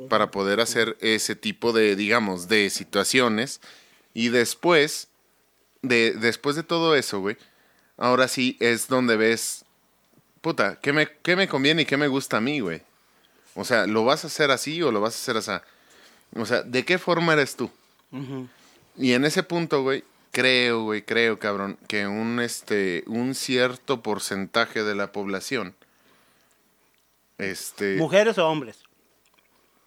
A: para poder hacer ese tipo de, digamos, de situaciones. Y después, de, después de todo eso, güey, ahora sí es donde ves, puta, ¿qué me, qué me conviene y qué me gusta a mí, güey? O sea, ¿lo vas a hacer así o lo vas a hacer así? O sea, ¿de qué forma eres tú? Y en ese punto, güey, creo, güey, creo, cabrón, que un, este, un cierto porcentaje de la población, este,
B: ¿Mujeres o hombres?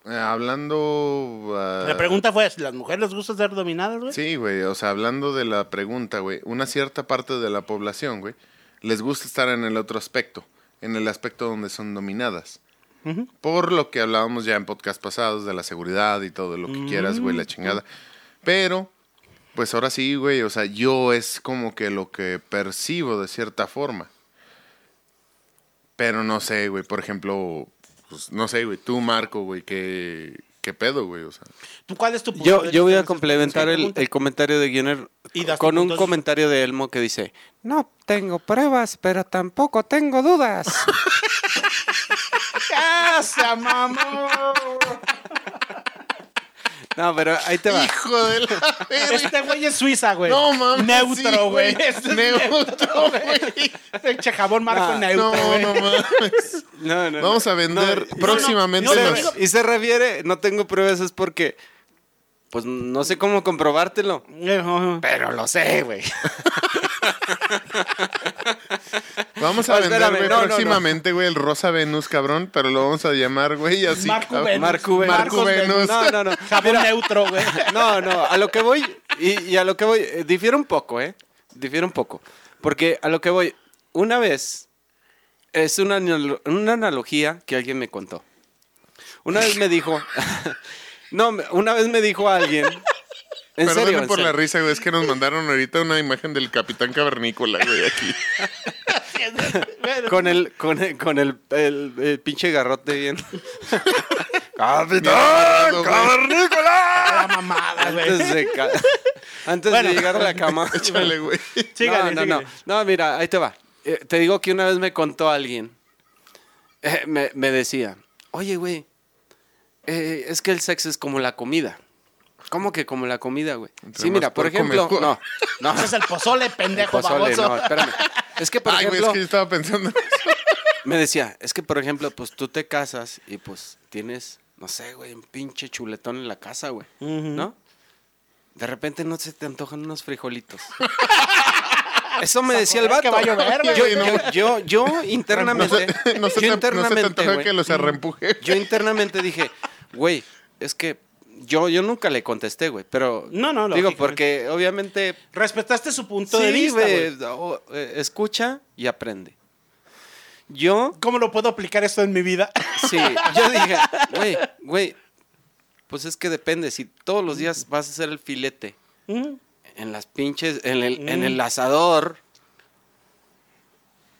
A: eh, hablando... ah,
B: La pregunta fue, ¿las mujeres les gusta ser dominadas, güey?
A: Sí, güey, o sea, hablando de la pregunta, güey, una cierta parte de la población, güey, les gusta estar en el otro aspecto, en el aspecto donde son dominadas.
B: Ujú.
A: Por lo que hablábamos ya en podcast pasados de la seguridad y todo lo que quieras, güey, la chingada. Pero, pues ahora sí, güey, o sea, yo es como que lo que percibo de cierta forma. Pero no sé, güey, por ejemplo, pues, no sé, güey, tú, Marco, güey, ¿qué, qué pedo, güey? O sea,
B: ¿Tú cuál es tu punto
C: Yo,
B: de vista
C: yo voy
B: en
C: a
B: esta
C: complementar el,
B: pregunta?
C: el comentario de Guioner
B: Y das tu
C: con un
B: punto de-
C: comentario de Elmo que dice, no tengo pruebas, pero tampoco tengo dudas.
B: ¡Ah, se mamó!
C: no, pero ahí te va.
A: ¡Hijo de la verga!
B: Este güey es suiza, güey.
A: No mames.
B: Neutro,
A: sí,
B: güey. Este es
A: neutro, güey.
B: El chajabón marco
C: Ah, No,
B: neutro,
A: No,
B: güey.
A: no mames.
C: No, no,
A: Vamos
C: no.
A: a vender
C: No,
A: próximamente.
B: no, no,
C: Se-
B: no,
A: nos-
B: digo-
C: y se refiere, no tengo pruebas, es porque, pues no sé cómo comprobártelo.
B: Ajá.
C: Pero lo sé, güey.
A: Vamos a
C: No,
A: vender,
C: espérame,
A: güey,
C: no, no, no.
A: próximamente, güey, el Rosa Venus, cabrón. Pero lo vamos a llamar, güey, así.
B: Marco
A: cabrón.
B: Venus.
C: Marco Venus.
A: Marco Venus.
C: No, no, no.
B: Jabón neutro, güey.
C: No, no, a lo que voy, y, y a lo que voy, eh, difiere un poco, ¿eh? Difiere un poco. Porque a lo que voy, una vez, es una, anal- una analogía que alguien me contó. Una vez me dijo, no, me- una vez me dijo alguien, en
A: Perdona
C: serio, en
A: por la
C: serio.
A: risa, güey. Es que nos mandaron ahorita una imagen del Capitán Cavernícola, güey, aquí.
B: Bueno,
C: con el, con el, con el, el- el pinche garrote bien.
A: Agarrado, güey.
B: la
A: Ah,
B: mamada, güey.
C: Antes de, ca- antes
B: Bueno.
C: de llegar a la cama.
A: Échale, güey.
B: Sígale,
C: no, no, no,
B: sígale.
C: no, mira, ahí te va. Eh, te digo que una vez me contó alguien, eh, me, me decía, oye, güey, eh, es que el sexo es como la comida. ¿Cómo que como la comida, güey?
A: Entre
C: Sí,
A: más
C: mira, por
A: puerco,
C: ejemplo,
A: mejor.
C: no, no,
B: Ese es el pozole,
C: el
B: pendejo,
C: pozole,
B: baboso.
C: no, espérame. Es que, por
A: Ay, güey,
C: ejemplo,
A: es que yo estaba pensando. en eso.
C: me decía, es que, por ejemplo, pues tú te casas y pues tienes, no sé, güey, un pinche chuletón en la casa, güey,
B: Ujú.
C: ¿no? De repente no se te antojan unos frijolitos. Eso me decía el
B: joder, que
C: vato.
B: va a llover, güey.
C: yo,
A: No.
C: yo, yo, yo
A: No
C: internamente,
A: se, no se te, no se
C: yo
A: te
C: internamente,
A: antoja
C: güey,
A: que los arrempuje.
C: yo internamente dije, güey, es que yo, yo nunca le contesté, güey, pero
B: No, no,
C: digo
B: lógicamente.
C: porque obviamente
B: Respetaste su punto
C: sí,
B: de vista,
C: güey,
B: güey.
C: o- eh, escucha y aprende. Yo
B: ¿Cómo lo puedo aplicar esto en mi vida?
C: Sí, yo dije, güey, güey, pues es que depende, si todos los días vas a hacer el filete Mm.
B: Ujú.
C: en las pinches, en el, en
B: Mm.
C: el asador,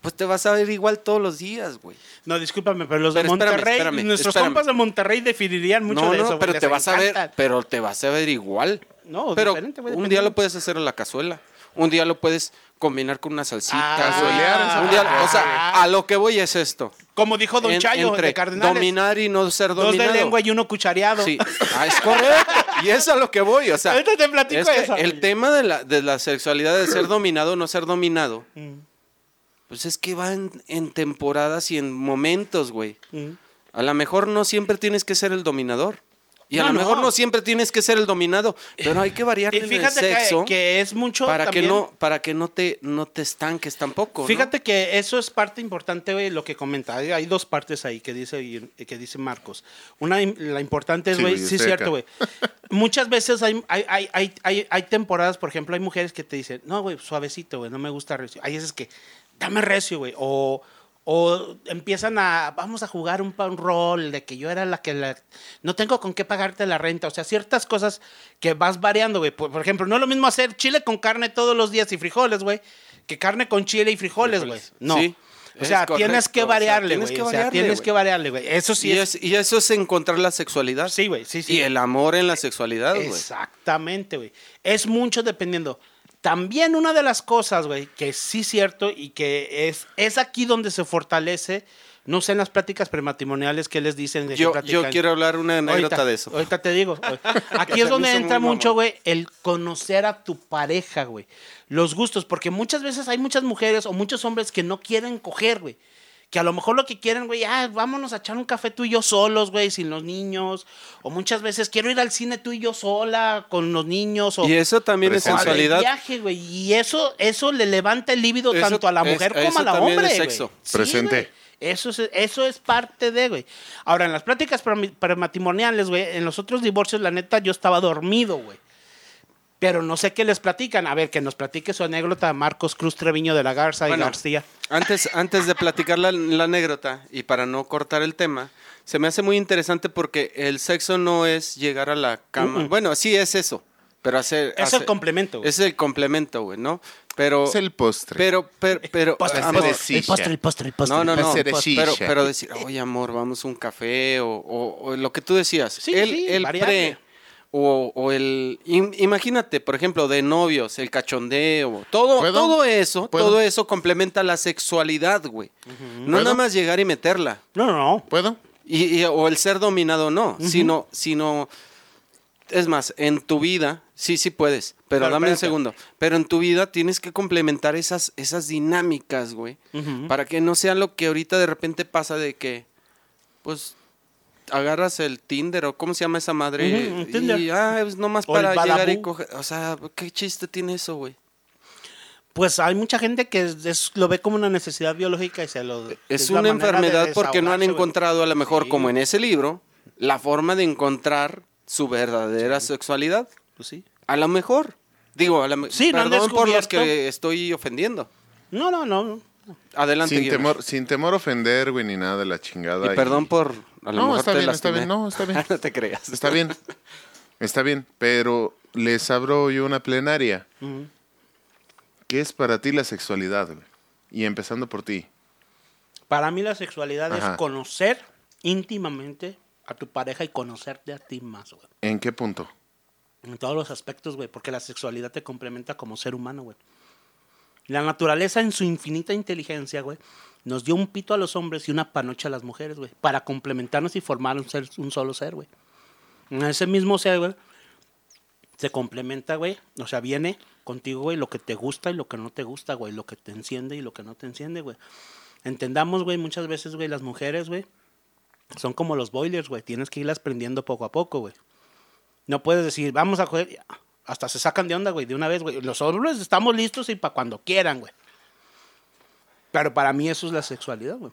C: pues te vas a ver igual todos los días, güey.
B: No, discúlpame, pero los de
C: Pero espérame,
B: Monterrey,
C: espérame,
B: nuestros
C: espérame.
B: compas de Monterrey definirían mucho
C: no,
B: de
C: no,
B: eso. güey,
C: pero
B: les
C: te vas a ver,
B: encanta.
C: pero te vas a ver igual.
B: No,
C: pero
B: diferente, güey,
C: un
B: dependiendo.
C: día lo puedes hacer en la cazuela, un día lo puedes combinar con una salsita,
B: Ah,
C: güey.
A: cazuelear.
C: Un día- o sea, a lo que voy es esto.
B: Como dijo Oh, Don
C: En-
B: Chayo
C: entre
B: de Cardenales.
C: dominar y no ser
B: dos
C: dominado.
B: de lengua y uno cuchareado.
C: Sí, ah, es correcto. Y eso a lo que voy, o sea.
B: Ahorita te platico
C: es que
B: eso.
C: El tema de la, de la sexualidad, de ser dominado o no ser dominado,
B: Mm,
C: pues es que va en, en temporadas y en momentos, güey.
B: mm.
C: A lo mejor no siempre tienes que ser el dominador. Y a
B: No,
C: lo mejor
B: no.
C: no. siempre tienes que ser el dominado. Pero hay que variar
B: Y
C: en el
B: fíjate que,
C: sexo
B: que es mucho
C: para,
B: también-
C: que no, para que no te, no te estanques tampoco. ¿no?
B: Fíjate que eso es parte importante de lo que comenta. Hay, hay dos partes ahí que dice, que dice Marcos. Una, im- la importante es,
A: Sí,
B: güey,
A: güey,
B: sí,
A: yo
B: es
A: estoy
B: cierto,
A: acá.
B: güey. Muchas veces hay, hay, hay, hay, hay- hay temporadas, por ejemplo, hay mujeres que te dicen, no, güey, suavecito, güey, no me gusta recio. Hay veces que, dame recio, güey. O, o empiezan a, vamos a jugar un, pa- un rol de que yo era la que la, no tengo con qué pagarte la renta. O sea, ciertas cosas que vas variando, güey. Por, por ejemplo, no es lo mismo hacer chile con carne todos los días y frijoles, güey, que carne con chile y frijoles, güey. No.
C: Sí,
B: O sea,
C: es
B: tienes que
C: correcto. O sea,
B: variarle,
C: tienes
B: güey.
C: que
B: O sea,
C: variarle,
B: tienes
C: güey.
B: que variarle, güey. Eso sí
C: y,
B: es.
C: es- y eso es encontrar la sexualidad.
B: Sí, güey, sí, sí.
C: Y el amor en la sexualidad, güey.
B: Exactamente, güey. Es mucho dependiendo. También una de las cosas, güey, que sí es cierto y que es, es aquí donde se fortalece No sé en las pláticas prematrimoniales qué les dicen. de qué
C: Yo, yo
B: platican.
C: quiero hablar una anécdota
B: Ahorita,
C: de eso.
B: Ahorita te digo. Aquí
C: Se
B: es
C: me
B: donde
C: hizo
B: entra
C: muy
B: mucho,
C: mamón.
B: güey, el conocer a tu pareja, güey. Los gustos, porque muchas veces hay muchas mujeres o muchos hombres que no quieren coger, güey. Que a lo mejor lo que quieren, güey, ah, vámonos a echar un café tú y yo solos, güey, sin los niños. O muchas veces quiero ir al cine tú y yo sola, con los niños. O,
C: Y eso también es
B: o al
C: sensualidad.
B: viaje, güey. Y eso, eso le levanta el líbido
C: Eso
B: tanto a la
C: es-
B: mujer
C: eso
B: como a la
C: también
B: hombre.
C: es
B: güey.
C: sexo.
B: Sí,
A: Presente.
B: güey. Eso es, eso es parte de, güey. Ahora, en las pláticas premi- prematrimoniales, güey, en los otros divorcios, la neta, yo estaba dormido, güey. Pero no sé qué les platican. A ver, que nos platique su anécdota Marcos Cruz Treviño de la Garza y
C: Bueno,
B: García.
C: Antes, antes de platicar la, la anécdota y para no cortar el tema, se me hace muy interesante porque el sexo no es llegar a la cama.
B: Mm-mm.
C: Bueno, sí es eso, pero hacer...
B: Es el complemento, güey.
C: Es el complemento, güey, ¿no? Pero...
A: Es el postre.
C: Pero, pero, pero...
A: Postre,
C: amor,
A: postre. sí,
B: el postre,
A: ya.
B: el postre, el postre.
C: no, no,
A: la
C: no.
A: cerecilla.
C: Pero, pero decir, oye, amor, vamos a un café o, o- o lo que tú decías.
B: Sí,
C: el,
B: sí,
C: el
B: variable.
C: pre o, o el... im- imagínate, por ejemplo, de novios, el cachondeo, todo,
A: ¿Puedo?
C: todo eso,
A: ¿Puedo?
C: todo eso complementa la sexualidad, güey. No
A: ¿Puedo?
C: nada más llegar y meterla.
B: No, no, no.
A: ¿Puedo?
C: Y, y- o el ser dominado, no, sino, sino... Es más, en tu vida, sí, sí puedes, pero,
B: Pero
C: dame un
B: espérate.
C: segundo. Pero en tu vida tienes que complementar esas, esas dinámicas, güey.
B: Ujú.
C: Para que no sea lo que ahorita de repente pasa de que, pues, agarras el Tinder o cómo se llama esa madre.
B: Ujú, un Tinder.
C: Y, ah, es nomás
B: O el
C: para llegar y
B: Badabú.
C: coger. O sea, ¿qué chiste tiene eso, güey?
B: Pues hay mucha gente que es- es- lo ve como una necesidad biológica y se lo.
C: Es
B: la
C: una
B: manera de
C: enfermedad porque no han
B: desahogarse, güey.
C: encontrado, a lo mejor,
B: Sí,
C: como
B: güey.
C: en ese libro, la forma de encontrar su verdadera sexualidad.
B: Pues sí.
C: A lo mejor. Digo, a lo mejor.
B: Sí, no han
C: Perdón por los
B: descubierto.
C: que estoy ofendiendo.
B: No, no, no. no.
C: Adelante,
A: Sin
C: Guido.
A: temor, sin temor a ofender, güey, ni nada de la chingada.
C: Y perdón por. A lo
A: No,
C: mejor
A: está
C: te
A: bien, está
C: lastimé.
A: bien, no, está bien.
C: no te creas.
A: Está bien. Está bien, pero les abro yo una plenaria. ¿Qué es para ti la sexualidad, güey? Y empezando por ti.
B: Para mí la sexualidad
A: Ajá.
B: es conocer íntimamente a tu pareja y conocerte a ti más, güey.
A: ¿En qué punto?
B: En todos los aspectos, güey, porque la sexualidad te complementa como ser humano, güey. La naturaleza en su infinita inteligencia, güey, nos dio un pito a los hombres y una panocha a las mujeres, güey, para complementarnos y formar un, ser, un solo ser, güey. En Ese mismo ser, güey, se complementa, güey. O sea, viene contigo, güey, lo que te gusta y lo que no te gusta, güey, lo que te enciende y lo que no te enciende, güey. Entendamos, güey, muchas veces, güey, las mujeres, güey, son como los boilers, güey, tienes que irlas prendiendo poco a poco, güey. No puedes decir, vamos a coger. Hasta se sacan de onda, güey, de una vez, güey. Los hombres estamos listos y para cuando quieran, güey. Pero para mí eso es la sexualidad, güey.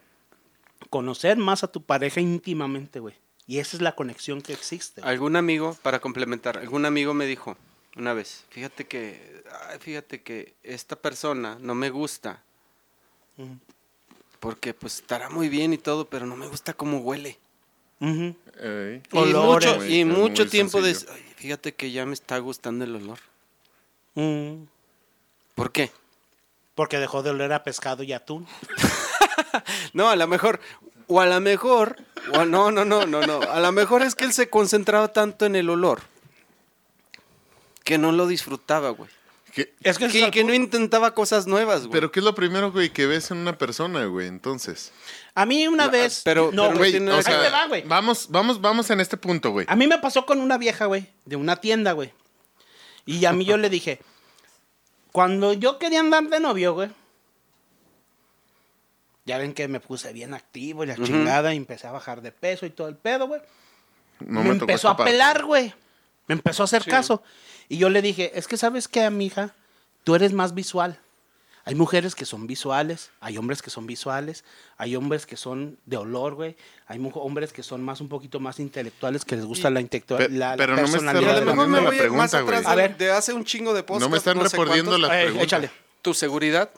B: Conocer más a tu pareja íntimamente, güey. Y esa es la conexión que existe. güey.
C: Algún amigo, para complementar, algún amigo me dijo una vez, fíjate que, ay, fíjate que esta persona no me gusta.
B: Ujú.
C: Porque pues estará muy bien y todo, pero no me gusta cómo huele.
B: Ujú.
A: Ey.
B: Olores.
C: Y mucho,
A: Muy-
C: y
A: muy
C: mucho tiempo de,
A: sencillo.
C: "Ay, fíjate que ya me está gustando el olor.
B: Mm.
C: ¿Por qué?
B: Porque dejó de oler a pescado y atún.
C: No, a lo mejor, o a lo mejor, o a- no, no, no, no, no. A lo mejor es que él se concentraba tanto en el olor que no lo disfrutaba, güey.
A: ¿Qué-
B: Es que, ese es
C: Que,
B: el
C: que
B: pu-
C: no intentaba cosas nuevas, güey.
A: ¿Pero qué es lo primero, güey, que ves en una persona, güey? Entonces.
B: a mí una
C: No,
B: vez.
C: pero-
B: no,
C: pero,
B: güey.
A: Güey,
C: tiene
A: o
C: nada que
A: sea,
B: ver. Ahí te va, güey.
A: vamos, vamos, vamos en este punto, güey.
B: A mí me pasó con una vieja, güey, de una tienda, güey. Y a mí yo le dije, cuando yo quería andar de novio, güey, ya ven que me puse bien activo y la chingada y empecé a bajar de peso y todo el pedo, güey.
A: No
B: me,
A: tocó
B: empezó
A: esta
B: a
A: parte.
B: pelar, güey. Me empezó a hacer caso. Y yo le dije, es que sabes qué, mija, tú eres más visual. Hay mujeres que son visuales, hay hombres que son visuales, hay hombres que son de olor, güey. Hay mu- hombres que son más un poquito más intelectuales, que les gusta la, intelectual,
A: Pe-
B: la
A: pero no me estás
B: personalidad.
C: Y a lo
A: respondiendo
C: mejor me
A: la
C: voy
A: pregunta,
C: más
A: güey.
C: atrás de,
B: A ver.
C: de hace un chingo de podcast.
A: No me están
C: sé
A: respondiendo
C: cuántos.
A: la
B: Eh,
A: pregunta.
B: échale.
C: Tu seguridad.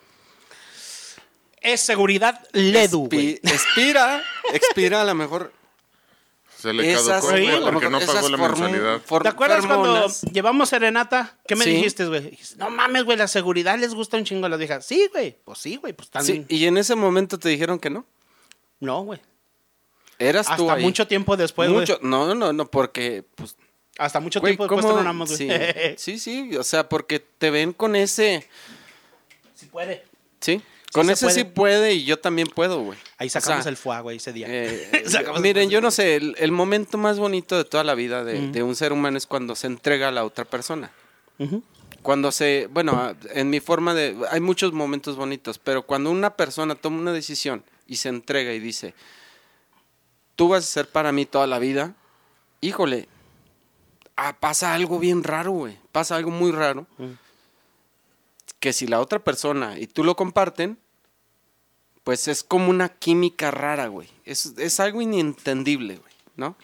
B: Es seguridad ledu, güey.
C: pi- expira. expira a lo mejor.
A: Se le
C: esas,
A: caducó, güey,
B: Sí,
C: a lo
A: porque
C: mejor
A: no pagó
C: esas
A: la
C: hormo-
A: mensualidad.
C: for-
B: ¿Te acuerdas cuando
C: hormonas.
B: llevamos serenata? ¿Qué me
C: Sí.
B: dijiste, güey? Dijiste, No mames, güey, la seguridad les gusta un chingo a las viejas. Sí, güey. Pues sí, güey. Pues tan...
C: Sí, y en ese momento te dijeron que no.
B: No, güey.
C: Eras tú
B: Hasta
C: ahí.
B: mucho tiempo después, güey.
C: Mucho- No, no, no, porque. Pues,
B: Hasta mucho
C: güey,
B: tiempo después
C: ¿cómo?
B: tronamos, güey.
C: sí, sí, sí, o sea, porque te ven con ese.
B: Si puede.
C: Sí. Con
B: se
C: ese sí
B: puede.
C: puede y yo también puedo, güey.
B: Ahí
C: O sea,
B: sacamos el fuego, güey, ese día.
C: Eh,
B: Sacamos el
C: miren,
B: fuego.
C: yo no sé, el, el momento más bonito de toda la vida de,
B: Ujú.
C: de un ser humano es cuando se entrega a la otra persona.
B: Ujú.
C: Cuando se, bueno, en mi forma de, hay muchos momentos bonitos, pero cuando una persona toma una decisión y se entrega y dice, tú vas a ser para mí toda la vida, híjole, ah, pasa algo bien raro, güey, pasa algo muy raro, que si la otra persona y tú lo comparten, pues es como una química rara, güey. Es, es algo inentendible, güey, ¿no?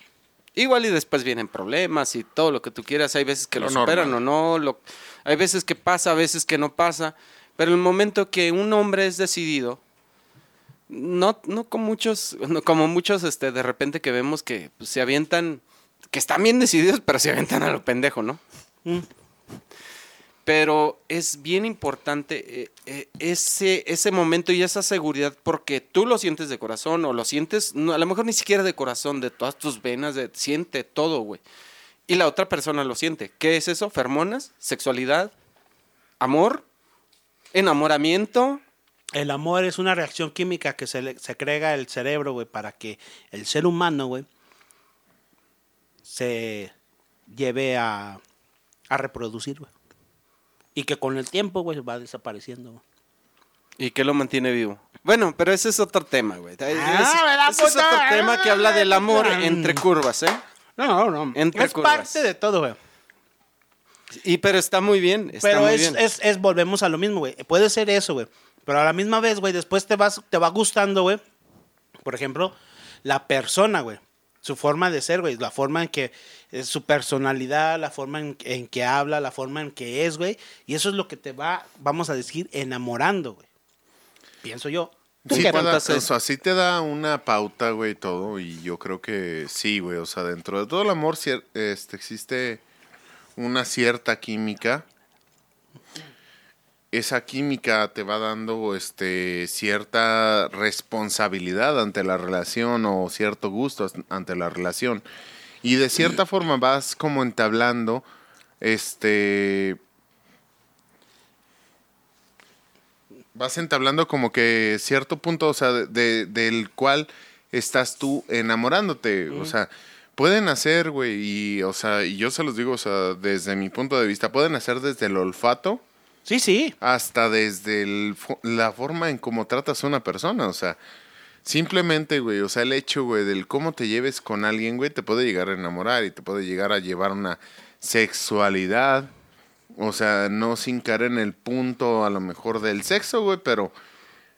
C: Igual y después vienen problemas y todo lo que tú quieras. Hay veces que
A: Lo
C: lo superan o
A: normal.
C: no. lo- hay veces que pasa, a veces que no pasa. Pero el momento que un hombre es decidido, no, no con muchos, no como muchos este, de repente que vemos que pues, se avientan, que están bien decididos, pero se avientan a lo pendejo, ¿no?
B: Mm.
C: Pero es bien importante eh, eh, ese, ese momento y esa seguridad porque tú lo sientes de corazón o lo sientes, no, a lo mejor ni siquiera de corazón, de todas tus venas, de, siente todo, güey. Y la otra persona lo siente. ¿Qué es eso? Fermonas, sexualidad, amor, enamoramiento.
B: El amor es una reacción química que se le- se crea el cerebro, güey, para que el ser humano, güey, se lleve a, a reproducir, güey. Y que con el tiempo, güey, va desapareciendo, güey.
C: ¿Y qué lo mantiene vivo? Bueno, pero ese es otro tema, güey. Es-
B: Ah, ¿verdad,
C: ese es
B: puta?
C: otro tema que habla del amor
B: Mm.
C: entre curvas, ¿eh?
B: No, no.
C: Entre
B: es
C: curvas.
B: parte de todo, güey.
C: Y pero está muy bien. Está
B: Pero
C: muy
B: es,
C: bien.
B: es, es- volvemos a lo mismo, güey. Puede ser eso, güey. Pero a la misma vez, güey, después te, vas, te va gustando, güey. Por ejemplo, la persona, güey. Su forma de ser, güey. La forma en que. eh, su personalidad, la forma en, en que habla, la forma en que es, güey. Y eso es lo que te va, vamos a decir, enamorando, güey. Pienso yo. ¿Tú
A: Sí,
B: qué
A: te da, o
B: piensas?
A: sea, sí te da una pauta, güey, y todo. Y yo creo que sí, güey. O sea, dentro de todo el amor cier- este, existe una cierta química. Esa química te va dando este, cierta responsabilidad ante la relación o cierto gusto as- ante la relación. Y de cierta forma vas como entablando este, vas entablando como que cierto punto, o sea, de- de- del cual estás tú enamorándote. O sea, pueden hacer, güey, y, o sea, y yo se los digo, o sea, desde mi punto de vista, pueden hacer desde el olfato
B: Sí, sí.
A: hasta desde el fo- la forma en cómo tratas a una persona, o sea. Simplemente, güey, o sea, el hecho, güey, del cómo te lleves con alguien, güey, te puede llegar a enamorar y te puede llegar a llevar una sexualidad. O sea, no sin caer en el punto a lo mejor del sexo, güey, pero,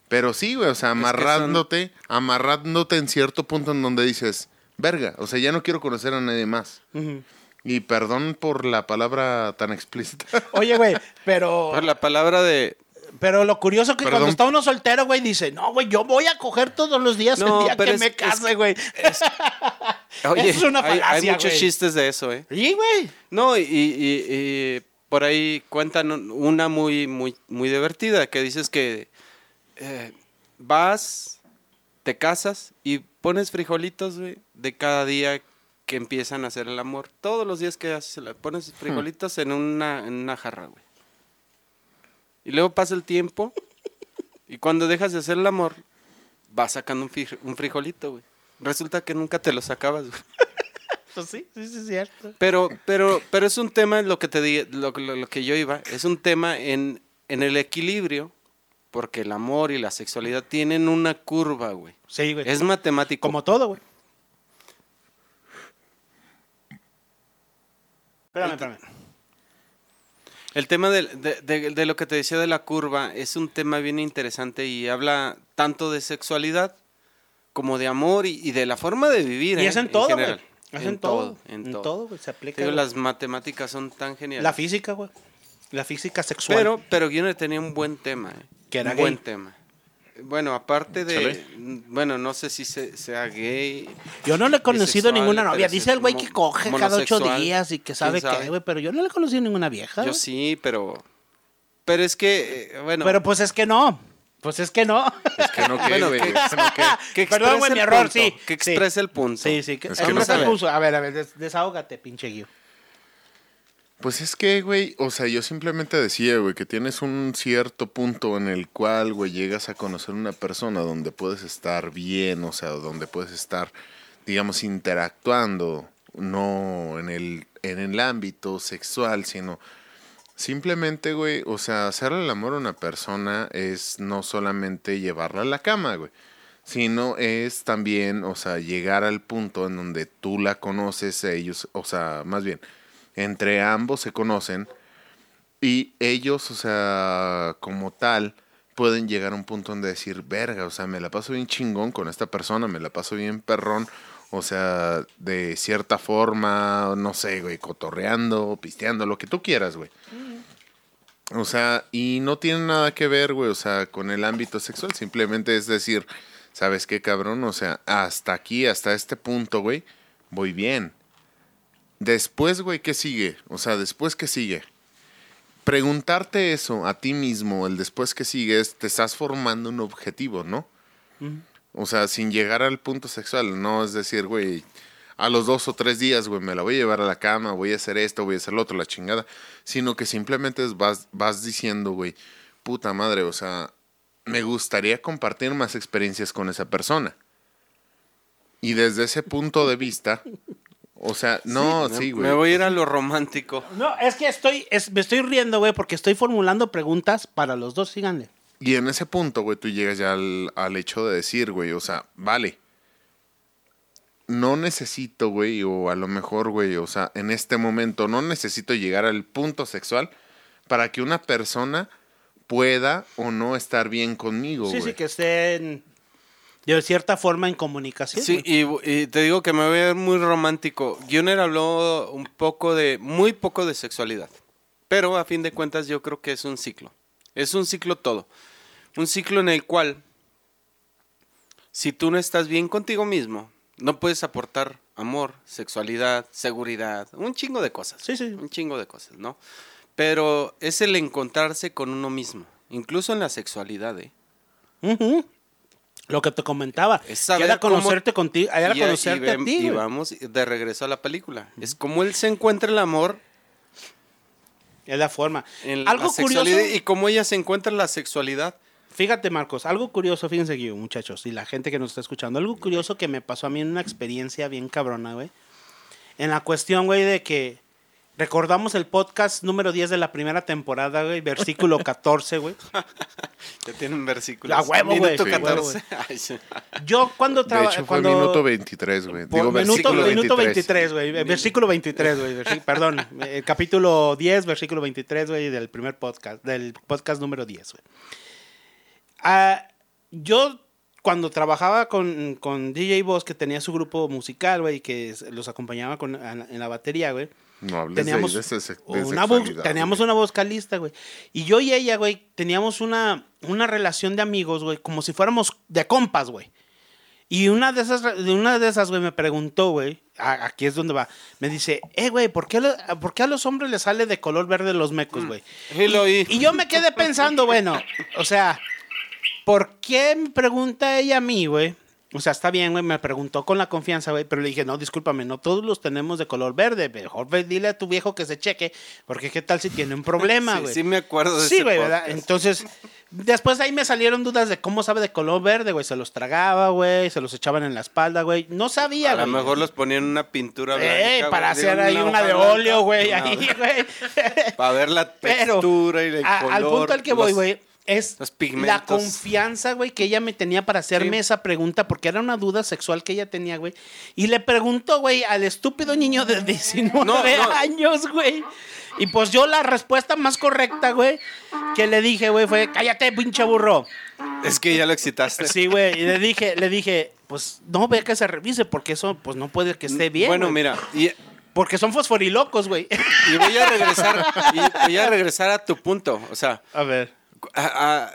A: pero sí, güey, o sea,
C: que
A: amarrándote, amarrándote en cierto punto en donde dices, verga, o sea, ya no quiero conocer a nadie más.
B: Ujú.
A: Y perdón por la palabra tan explícita.
B: Oye, güey, pero.
C: Por la palabra de.
B: Pero lo curioso que
A: Perdón.
B: cuando está uno soltero, güey, dice, no, güey, yo voy a coger todos los días
C: No,
B: el día
C: pero
B: que
C: es-
B: me case, güey.
C: Oye,
B: es una
C: hay- hay,
B: falacia,
C: muchos
B: güey.
C: chistes de eso, ¿eh?
B: Sí, güey.
C: No, y, y- y por ahí cuentan un- una muy, muy, muy divertida que dices que eh, vas, te casas y pones frijolitos, güey, de cada día que empiezan a hacer el amor. Todos los días que haces el- pones frijolitos en, una, en una jarra, güey. Y luego pasa el tiempo y cuando dejas de hacer el amor, vas sacando un, fij- un frijolito, güey. Resulta que nunca te lo sacabas, güey.
B: Pues sí, sí, sí, es cierto.
C: Pero, pero, pero es un tema, lo que te di- lo, lo- lo que yo iba, es un tema en, en el equilibrio, porque el amor y la sexualidad tienen una curva, güey.
B: Sí, güey.
C: Es matemático.
B: como todo, güey. Espérame, espérame.
C: El tema del- de, de- de lo que te decía de la curva es un tema bien interesante y habla tanto de sexualidad como de amor y, y de la forma de vivir.
B: Y
C: ¿eh?
B: es en todo, güey.
C: general.
B: Es en todo.
C: En todo.
B: güey. Se aplica.
C: Te digo,
B: güey.
C: las matemáticas son tan geniales.
B: La física, güey. La física sexual.
C: Pero, pero Guinness tenía un buen tema. ¿eh?
B: Que era
C: un buen
B: gay.
C: tema. Bueno, aparte de.
A: Chale.
C: Bueno, no sé si se- sea gay.
B: Yo no le he conocido
C: bisexual,
B: ninguna novia.
C: heterosexual,
B: Dice el güey que coge cada ocho
C: monosexual,
B: días y que sabe
C: quién
B: qué, güey. Pero yo no le he conocido ninguna vieja.
C: Yo
B: güey.
C: sí, pero. Pero es que. eh, Bueno.
B: Pero pues es que no. Pues es que no.
A: Es que no, que,
C: Bueno,
A: güey.
C: ¿qué?
A: es que no, que.
C: que
B: Perdón,
C: exprese
B: güey, mi
C: el
B: error,
C: punto,
B: sí.
C: Que
B: Sí.
C: exprese el punto.
B: Sí, sí. Que,
A: Es
B: es
A: que
B: que
A: no sabe.
B: A ver, a ver, des- desahógate, pinche Guido.
A: Pues es que, güey, o sea, yo simplemente decía, güey, que tienes un cierto punto en el cual, güey, llegas a conocer una persona donde puedes estar bien, o sea, donde puedes estar, digamos, interactuando, no en el, en el ámbito sexual, sino simplemente, güey, o sea, hacerle el amor a una persona es no solamente llevarla a la cama, güey sino es también, o sea, llegar al punto en donde tú la conoces, ellos, o sea, más bien, entre ambos se conocen y ellos, o sea, como tal, pueden llegar a un punto donde decir, verga, o sea, me la paso bien chingón con esta persona, me la paso bien perrón, o sea, de cierta forma, no sé, güey, cotorreando, pisteando, lo que tú quieras, güey. O sea, y no tiene nada que ver, güey, o sea, con el ámbito sexual, simplemente es decir, ¿sabes qué, cabrón? O sea, hasta aquí, hasta este punto, güey, voy bien. Después, güey, ¿qué sigue? O sea, después, ¿qué sigue? Preguntarte eso a ti mismo, el después que sigue, es, te estás formando un objetivo, ¿no? O sea, sin llegar al punto sexual, no es decir, güey, a los dos o tres días, güey, me la voy a llevar a la cama, voy a hacer esto, voy a hacer lo otro, la chingada. Sino que simplemente es- vas, vas diciendo, güey, puta madre, o sea, me gustaría compartir más experiencias con esa persona. Y desde ese punto de vista, o sea, no,
C: Me-
A: sí, güey.
C: Me voy a ir a lo romántico.
B: No, es que estoy, es- me estoy riendo, güey, porque estoy formulando preguntas para los dos, síganle.
A: Y en ese punto, güey, tú llegas ya al, al hecho de decir, güey, o sea, vale. No necesito, güey, o a lo mejor, güey, o sea, en este momento no necesito llegar al punto sexual para que una persona pueda o no estar bien conmigo,
B: Sí,
A: güey.
B: sí, que estén de cierta forma en comunicación.
C: Sí,
B: güey.
C: y, y te digo que me voy a ver muy romántico. Gunner habló un poco de, muy poco de sexualidad. Pero a fin de cuentas yo creo que es un ciclo. Es un ciclo todo. Un ciclo en el cual, si tú no estás bien contigo mismo, no puedes aportar amor, sexualidad, seguridad, un chingo de cosas.
B: Sí, sí.
C: Un chingo de cosas, ¿no? Pero es el encontrarse con uno mismo, incluso en la sexualidad, ¿eh?
B: Ujú. Lo que te comentaba.
C: Es
B: Ya
C: saber
B: era
C: cómo-
B: conocerte contigo, ya era
C: y-
B: conocerte
C: y,
B: a
C: vem-
B: ti,
C: y
B: güey.
C: vamos de regreso a la película. Es como él se encuentra el amor
B: Es la forma.
C: en la
B: Algo curioso.
C: sexualidad y cómo ella se encuentra en la sexualidad.
B: Fíjate, Marcos, algo curioso, fíjense aquí, muchachos, y la gente que nos está escuchando, algo curioso que me pasó a mí en una experiencia bien cabrona, güey. En la cuestión, güey, de que recordamos el podcast número 10 de la primera temporada, güey, versículo 14, güey.
C: Ya tienen versículos.
B: A huevo, güey.
C: Minuto
A: Sí,
C: 14. Ay, sí.
B: Yo cuando
A: De
B: traba-
A: hecho, fue
B: cuando-
A: minuto 23, güey.
B: Por-
A: Digo,
B: minuto,
A: versículo
B: minuto 23,
A: 23.
B: güey. Versículo 23, güey. versi- Perdón. eh, capítulo 10, versículo 23, güey, del primer podcast, del podcast número 10, güey. Ah, yo, cuando trabajaba con, con DJ Boss, que tenía su grupo musical, güey, y que es- los acompañaba con, a la- en la batería, güey
A: No hables
B: teníamos,
A: de, de, se- de
B: una, vo-
A: sexualidad,
B: teníamos
A: güey.
B: una vocalista, güey. Y yo y ella, güey, teníamos una, una relación de amigos, güey, como si fuéramos de compas, güey. Y una de esas, re- de una de esas, güey, me preguntó, güey, a- aquí es donde va. Me dice, eh, güey, ¿por qué, lo- ¿por qué a los hombres les sale de color verde los
A: Mm.
B: mecos, güey?
C: Y lo oí.
B: Y yo me quedé pensando, bueno, o sea, ¿por qué me pregunta ella a mí, güey? O sea, está bien, güey, me preguntó con la confianza, güey, pero le dije, no, discúlpame, no todos los tenemos de color verde. Mejor ve, dile a tu viejo que se cheque, porque qué tal si tiene un problema,
C: Sí,
B: güey.
C: sí me acuerdo de
B: Sí,
C: ese
B: güey, ¿verdad?
C: podcast.
B: Entonces, después ahí me salieron dudas de cómo sabe de color verde, güey. Se los tragaba, güey, se los echaban en la espalda, güey. No sabía,
C: A
B: güey.
C: lo mejor los ponían en una pintura blanca.
B: Ey,
C: güey,
B: para
C: de
B: hacer ahí una
C: hoja
B: de
C: blanca,
B: óleo, güey,
C: una-
B: ahí, güey.
C: Para ver la
B: Pero
C: textura y el
B: a-
C: color.
B: al punto al que voy,
C: los-
B: güey, es
C: los
B: la
C: pigmentos.
B: confianza, güey, que ella me tenía para hacerme
C: Sí.
B: esa pregunta, porque era una duda sexual que ella tenía, güey. Y le preguntó, güey, al estúpido niño de 19
C: No, no.
B: años, güey. Y pues yo la respuesta más correcta, güey, que le dije, güey, fue, cállate, pinche burro.
C: Es que ya lo excitaste.
B: Sí, güey, y le dije, le dije, pues no, ve que se revise, porque eso, pues no puede que esté bien.
C: Bueno,
B: güey.
C: mira, y
B: Porque son fosforilocos, güey.
C: Y voy a regresar, y voy a regresar a tu punto. O sea,
B: A ver.
C: cu- a- a-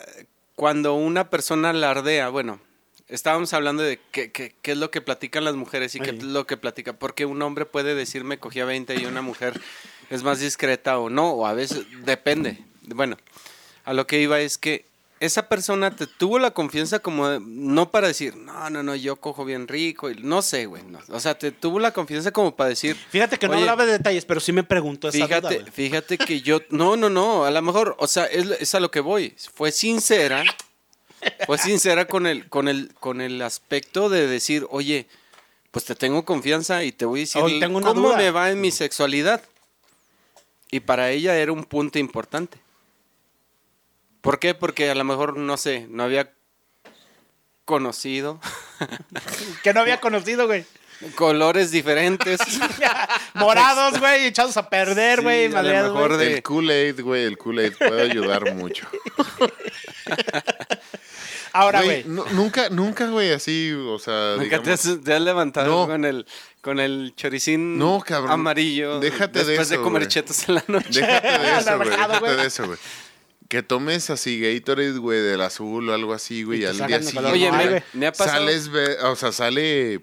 C: cuando una persona alardea, bueno, estábamos hablando de qué, qué- qué es lo que platican las mujeres y qué
B: Ey.
C: es lo que platica. Porque un hombre puede decir me cogí a 20 y una mujer es más discreta o no, o a veces depende. Bueno, a lo que iba es que esa persona te tuvo la confianza como de- no para decir, no, no, no, yo cojo bien rico, y no sé, güey. no. O sea, te tuvo la confianza como para decir.
B: Fíjate que no
C: "Oye,
B: hablaba de detalles, pero sí me preguntó esa duda,
C: Fíjate,
B: güey.
C: fíjate que yo, no, no, no, a lo mejor, o sea, es, es a lo que voy. Fue sincera, fue sincera con el, con el, con el aspecto de decir, oye, pues te tengo confianza y te voy a decir
B: Hoy tengo una
C: cómo
B: duda.
C: me va en mi sexualidad. Y para ella era un punto importante. ¿Por qué? Porque a lo mejor, no sé, no había conocido
B: Que no había conocido, güey.
C: colores diferentes.
B: Morados, güey, echados a perder,
C: Sí,
B: güey,
C: a lo
B: madreados, güey.
C: mejor de-
A: El Kool-Aid, güey, el Kool-Aid puede ayudar mucho.
B: Ahora,
A: Güey,
B: güey.
A: nu- nunca, nunca, güey, así, o sea,
C: Nunca te
A: digamos-
C: has, te has levantado
A: No.
C: con el con el choricín
A: No, cabrón.
C: amarillo.
A: Déjate de
C: después de
A: eso,
C: comer
A: güey.
C: chetos en la noche.
A: Déjate de eso, güey.
B: Anaranjado,
A: Déjate
B: güey.
A: de eso, güey. Que tomes así Gatorade, güey, del azul o algo así, güey,
B: Y
A: y
B: te
A: al
B: salgan
A: día
B: de
A: siguiente.
B: color
C: Oye,
B: Ay,
C: me,
B: güey.
C: me ha pasado.
A: Sales, ve- o sea, sale,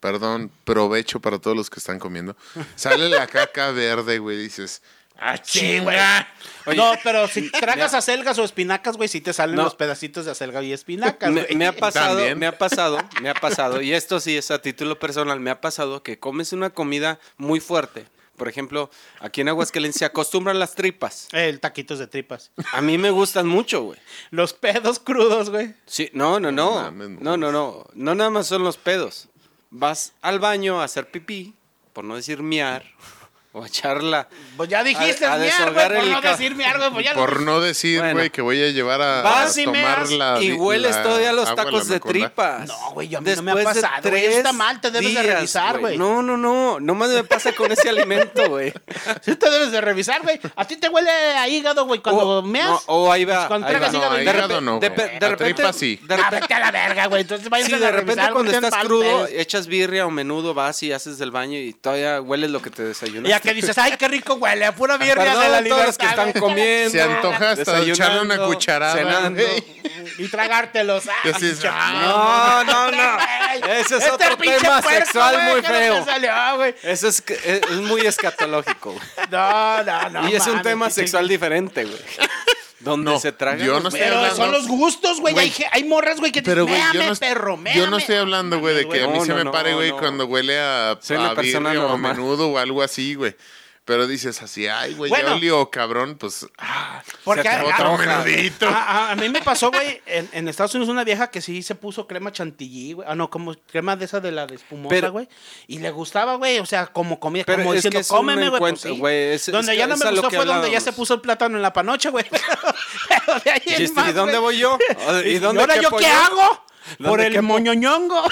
A: perdón, provecho para todos los que están comiendo. Sale la caca verde, güey, dices, ¡ah, chinga!
C: Oye.
B: no, pero si tragas acelgas o espinacas, güey, sí te salen
C: No.
B: los pedacitos de acelga y espinacas,
C: Me,
B: güey.
C: me ha pasado,
A: También.
C: me ha pasado, me ha pasado, y esto sí es a título personal, me ha pasado que comes una comida muy fuerte. Por ejemplo, aquí en Aguascalientes se acostumbran las tripas.
B: Eh, El taquitos de tripas.
C: A mí me gustan mucho, güey.
B: Los pedos crudos, güey.
C: Sí, no, no,
A: No
C: no.
A: mames,
C: No, no, no. No nada más son los pedos. Vas al baño a hacer pipí, por no decir miar, o a echar la,
B: Pues ya dijiste,
C: A- a
B: miar, güey,
C: deshogar
B: por
C: el
B: no
C: ca-
B: decirme algo, pues ya lo
A: Por no decir, güey,
C: Bueno.
A: que voy a llevar a,
C: Vas
A: a
B: y
A: tomar
B: meas
A: la.
C: y hueles
A: la
C: todavía los
A: agua, la
C: tacos de
A: mecola.
C: tripas.
B: No, güey, a mí no me ha
C: Después de
B: pasado, güey, eso está mal, te debes de revisar, güey.
C: No, no, no, nomás me pasa con ese alimento, güey.
B: Sí te debes de revisar, güey. A ti te huele a hígado, güey, cuando
C: O-
B: meas.
C: Oh,
B: pues,
C: no, o ahí va.
B: Cuando
C: ahí
B: tragas
C: va.
B: hígado y
A: No,
C: de
A: hígado
C: repe-
A: no,
C: de
A: güey.
C: pe-
A: A
C: de repente,
A: tripas sí.
C: de
B: Ah,
C: repe-
B: vete a la verga, güey. Entonces
C: sí,
B: vayas a
C: de
B: revisar,
C: repente cuando
B: güey,
C: estás
B: mal pedo.
C: crudo, echas birria o menudo, vas y haces del baño y todavía hueles lo que te desayunas.
B: Y a que dices, ay, qué rico huele, a pura birria
C: Perdón
B: de la
C: a todos
B: libertad.
C: los que están
B: güey.
C: comiendo.
A: Se antoja hasta echarle una
C: desayunando,
A: cucharada,
C: Cenando.
A: güey.
B: Y tragártelos.
A: Y
B: Ay,
A: así es,
B: pinche
C: ah, No, no, no.
B: Güey,
C: Ese es
B: este
C: otro
B: pinche
C: tema
B: puerco,
C: sexual
B: güey,
C: muy
B: que no te
C: feo.
B: salió, güey.
C: Eso es, que- eh, es es muy escatológico, güey.
B: No, no, no.
C: y es un
B: mames,
C: tema
B: pinche-
C: sexual diferente, güey. Donde
A: No,
C: se traga.
A: yo no estoy
B: Pero
A: hablando-
B: son los gustos, güey. Hay, ge- hay morras, güey, que te
A: Pero,
B: dicen,
A: güey, yo
B: méame,
A: no,
B: perro,
A: yo no
B: méame".
A: estoy hablando, güey, de que a mí
C: No,
A: se
C: no,
A: me
C: no,
A: pare, güey,
C: no.
A: cuando huele a,
C: Soy una
A: a
C: persona
A: birria o a
C: normal.
A: menudo o algo así, güey. Pero dices así, ay, güey,
B: Bueno.
A: ya olió, cabrón, pues, ah,
B: Porque
C: Se te
B: a-
C: bota
B: a-
A: otro
C: otra, güey.
A: menudito.
B: A, a- a mí me pasó, güey, en, en Estados Unidos una vieja que sí se puso crema chantilly, güey. Ah, no, como crema de esa de la de espumosa,
C: Pero-
B: güey. Y le gustaba, güey, o sea, como comía,
C: Pero
B: como
C: es
B: diciendo,
C: que es un
B: cómeme, güey. Pues,
C: encuentro,
B: sí".
C: güey, es-
B: donde
C: es que
B: ya no
C: es
B: me
C: a lo
B: gustó
C: que
B: fue donde ya
C: hablábamos.
B: se puso el plátano en la panocha, güey. Pero de ahí en
C: Dijiste,
B: más,
C: ¿y dónde
B: güey.
C: voy yo? ¿Y dónde
B: ahora yo
C: quepo
B: qué
C: yo?
B: hago?
C: ¿Dónde
B: Por el
C: quepo?
B: moñoñongo.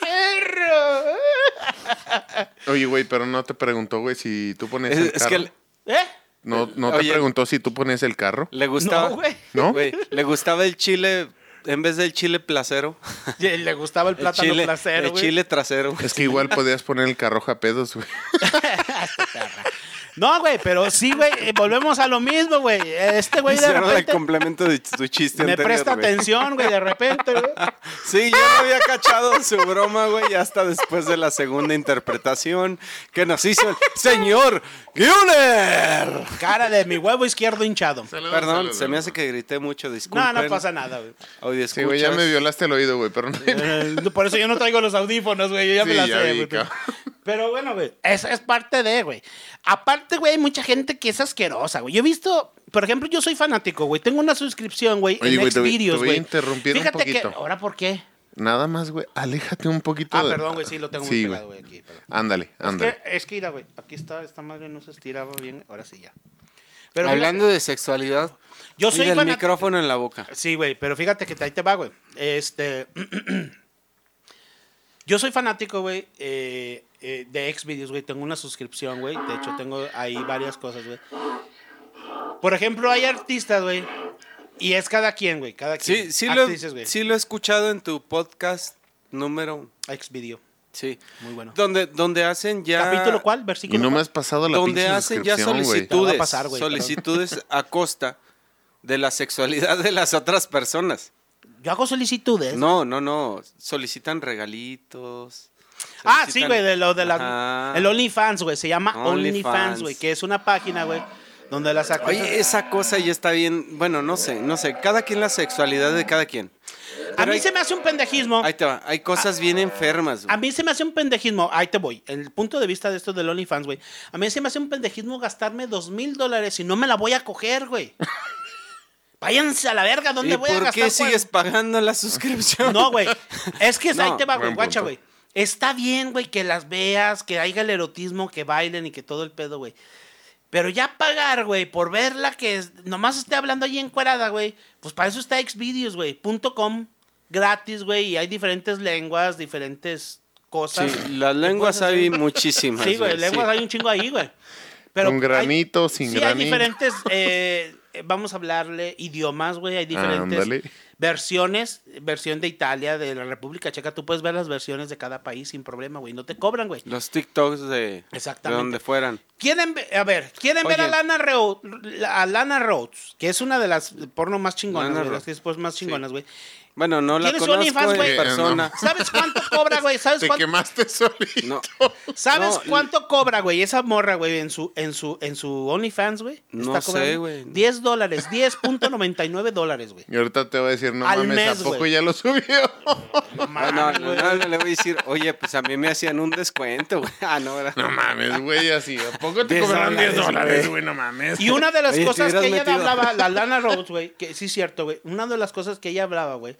B: Perro.
A: Oye, güey, pero no te preguntó, güey, si tú pones
C: Es,
A: el
C: es
A: carro.
C: que le-
B: ¿Eh?
A: No, no te
C: Oye.
A: preguntó si tú pones el carro.
C: le gustaba.
B: No, güey.
A: ¿No?
C: Güey, le gustaba el chile. En vez del chile placero.
B: Y Le gustaba el
C: El
B: plátano
C: chile,
B: placero,
C: el
B: güey.
C: chile trasero. güey.
A: Es que igual podías poner el carro a pedos, güey.
B: No, güey, pero sí, güey, eh, volvemos a lo mismo, güey. Este güey de
C: Hicieron el
B: repente
C: complemento de tu chiste.
B: me
C: anterior,
B: presta
C: güey.
B: atención, güey, de repente, güey.
C: Sí, yo no había cachado su broma, güey, hasta después de la segunda interpretación que nos hizo el señor Guner.
B: Cara de mi huevo izquierdo hinchado.
C: Perdón, se me hace que grité mucho, disculpen.
B: No, no pasa nada, güey.
C: Audio
A: Sí, güey, ya me violaste el oído, güey, pero no hay
B: Eh, Por eso yo no traigo los audífonos, güey. Yo ya me
A: Sí,
B: la
A: ya
B: sé,
A: vi,
B: güey.
A: cabrón.
B: Pero bueno, güey. Esa es parte de, güey. Aparte, güey, hay mucha gente que es asquerosa, güey. Yo he visto, por ejemplo, yo soy fanático, güey. Tengo una suscripción, güey,
A: Oye,
B: en
A: güey, te voy-
B: Xvideos,
A: te voy a
B: güey.
A: interrumpir un
B: Fíjate que.
A: poquito.
B: ¿Ahora por qué?
A: Nada más, güey, aléjate un poquito.
B: Ah,
A: de-
B: perdón, güey, sí, lo tengo
A: Sí,
B: muy pegado,
A: güey.
B: güey, aquí. perdón.
A: Ándale, ándale.
B: Es que, es que, mira, güey, aquí está, esta madre no se estiraba bien, ahora sí ya. Pero
C: Hablando de sexualidad,
B: fíjate, yo
C: y
B: soy
C: del
B: fanat-
C: micrófono en la boca.
B: Sí, güey, pero fíjate que ahí te va, güey. Este, yo soy fanático, güey, eh, eh, de Xvideos, güey. Tengo una suscripción, güey. De hecho, tengo ahí varias cosas, güey. Por ejemplo, hay artistas, güey, y es cada quien, güey, cada quien.
C: Sí, sí lo,
B: Actrices, ah, güey.
C: sí lo he escuchado en tu podcast número,
B: Xvideo,
C: sí,
B: muy bueno.
C: donde, donde hacen ya...
B: ¿Capítulo cuál?
A: Y
B: Versículo.
A: no me
B: cuál?
A: has pasado la
C: Donde
A: pinche
C: hacen ya
A: suscripción,
B: Te la va
A: güey.
C: solicitudes,
B: a pasar, güey, perdón.
C: solicitudes a costa de la sexualidad de las otras personas.
B: Yo hago solicitudes.
C: No, no, no. Solicitan regalitos.
B: Ah,
C: solicitan-
B: sí, güey, de lo de la.
C: Ajá.
B: El OnlyFans, güey, se llama
C: OnlyFans.
B: OnlyFans, güey, que es una página, güey, Donde la sacó.
C: Oye, esa cosa ya está bien. Bueno, no sé, no sé. Cada quien la sexualidad de cada quien.
B: a
C: pero
B: mí
C: hay-
B: se me hace un pendejismo.
C: Ahí te va. Hay cosas bien enfermas. güey.
B: A mí se me hace un pendejismo. Ahí te voy. El punto de vista de esto del OnlyFans, güey. A mí se me hace un pendejismo gastarme dos mil dólares y no me la voy a coger, güey. Váyanse a la verga. ¿Dónde
C: ¿Y
B: voy a
C: por
B: gastar?
C: qué
B: cua-
C: sigues pagando la suscripción?
B: No, güey. Es que es- ahí
C: No,
B: te va, güey.
A: buen
B: Guacha, güey.
A: punto.
B: Está bien, güey, que las veas, que haya el erotismo, que bailen y que todo el pedo, güey. Pero ya pagar, güey, por verla que es- nomás esté hablando ahí encuerada, güey. Pues para eso está Xvideos, güey. punto .com gratis, güey. Y hay diferentes lenguas, diferentes cosas.
C: Sí, las lenguas
B: Cosas
C: hay
B: así.
C: muchísimas.
B: Sí, güey,
C: sí.
B: lenguas hay un chingo ahí, güey. Pero
A: Con
B: hay-
A: granito, sin
B: sí, hay
A: granito. Ah,
B: diferentes, eh, eh, vamos a hablarle idiomas, güey, hay diferentes
A: Ándale.
B: versiones, versión de Italia, de la República Checa, tú puedes ver las versiones de cada país sin problema, güey, no te cobran, güey.
C: Los TikToks de, de
B: Exactamente.
C: donde fueran.
B: ¿Quieren, ve- a ver, quieren ver a
C: Oye.
B: Lana, Reo- a Lana Rhodes, que es una de las porno más chingonas,
C: Lana
B: güey, las
C: Rhodes.
B: que después más chingonas, güey.
C: Bueno, no la
B: ¿Tienes
C: conozco
B: OnlyFans,
C: en
B: güey?
C: persona.
B: ¿Sabes cuánto cobra, güey? ¿Sabes
A: Te
B: cuánto?
A: quemaste solito.
C: No.
B: ¿Sabes
C: No,
B: cuánto cobra, güey? Esa morra, güey, en su, en su, en su OnlyFans, güey.
C: No
B: Está
C: sé,
B: cobrando
C: güey.
B: 10 dólares, 10.99 dólares, güey.
A: Y ahorita te voy a decir, no
B: Al
A: mames,
B: mes,
A: ¿a poco
B: güey.
A: ya lo subió?
B: No
C: Ah, no,
B: mames,
C: no,
B: güey.
C: no, le voy a decir, oye, pues a mí me hacían un descuento, güey. Ah, no, ¿verdad?
A: No mames, güey, así. ¿A poco te
C: 10
A: cobraron 10
C: dólares,
A: dólares, güey? No mames.
B: Y una de las
C: Oye, te
B: cosas que
C: hubieras
B: ella
C: metido.
B: hablaba, la Lana Rhodes, güey, que sí es cierto, güey. Una de las cosas que ella hablaba, güey,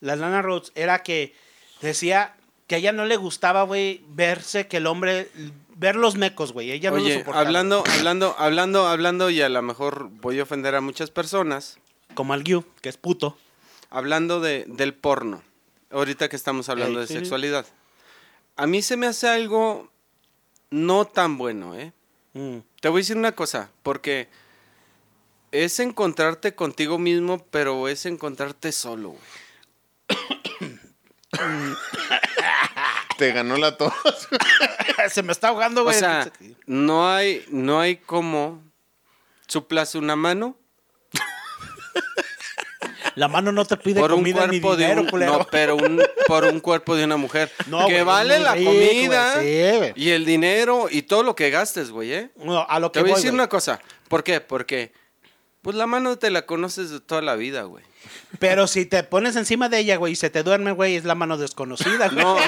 B: la Lana Rhodes era que decía que a ella no le gustaba, güey, verse que el hombre, ver los mecos, güey. Ella no lo
C: Oye,
B: soportaba.
C: hablando, hablando, hablando, hablando, y a lo mejor voy a ofender a muchas personas,
B: Como al Gyu, que es puto.
C: hablando de, del porno, ahorita que estamos hablando
B: Ey,
C: de
B: sí.
C: sexualidad. A mí se me hace algo no tan bueno, ¿eh?
B: Mm.
C: Te voy a decir una cosa, porque es encontrarte contigo mismo, pero es encontrarte solo, güey.
A: Te ganó la tos.
B: Se me está ahogando,
C: O
B: güey.
C: sea, no hay, no hay como suplas una mano
B: La mano no te pide
C: por un
B: comida ni
C: cuerpo de
B: dinero,
C: un,
B: culero.
C: no, pero un- por un cuerpo de una mujer
B: No,
C: que
B: güey,
C: vale
B: es
C: la
B: muy rico,
C: comida
B: güey, sí, güey.
C: y el dinero y todo lo que gastes, güey, ¿eh?
B: No, a lo
C: Te
B: que
C: voy
B: voy,
C: a decir
B: güey.
C: una cosa, ¿por qué? Porque pues la mano te la conoces de toda la vida, güey.
B: Pero si te pones encima de ella, güey, y se te duerme, güey, es la mano desconocida, güey.
C: No,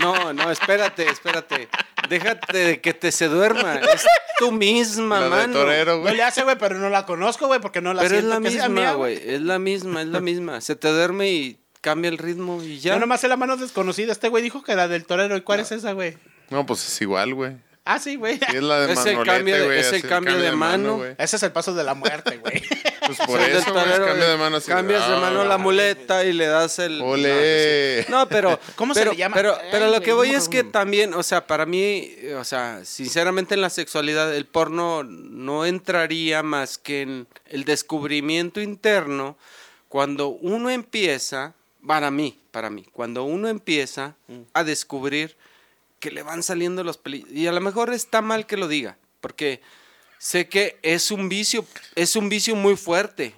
C: no, no, no, espérate, espérate. Déjate de que te se duerma, es tu misma
A: La de
C: mano.
A: torero,
B: No
A: güey.
B: le hace, güey, pero no la conozco, güey, porque no la
C: Pero es
B: siento
C: la
B: que sea mía,
C: misma, güey, es la misma, es la misma. Se te duerme y cambia el ritmo y ya.
B: Yo nomás sé la mano desconocida. Este güey dijo que era del torero. ¿Y cuál es esa, güey?
A: No, pues es igual, güey.
B: Ah, sí, güey.
A: Sí, es la de
C: Es el
A: Manolete,
C: cambio de-
A: güey,
C: es el
A: así,
C: cambio de mano.
A: güey.
B: Ese es el paso de la muerte, güey.
A: Pues por
C: Soy del
A: eso, güey, es
C: torero,
A: cambio
C: güey.
A: de mano. así,
C: Cambias de
A: ah,
C: mano la muleta y le das el.
A: Ole.
C: No, pero.
B: ¿Cómo se
C: pero,
B: le llama?
C: Pero,
B: Ay,
C: pero lo que
B: güey,
C: voy
B: no me
C: es que
B: acuerdo.
C: también, o sea, para mí, eh, o sea, sinceramente en la sexualidad, el porno no entraría más que en el descubrimiento interno cuando uno empieza, para mí, para mí, cuando uno empieza a descubrir que le van saliendo los peli Y a lo mejor está mal que lo diga, porque sé que es un vicio, es un vicio muy fuerte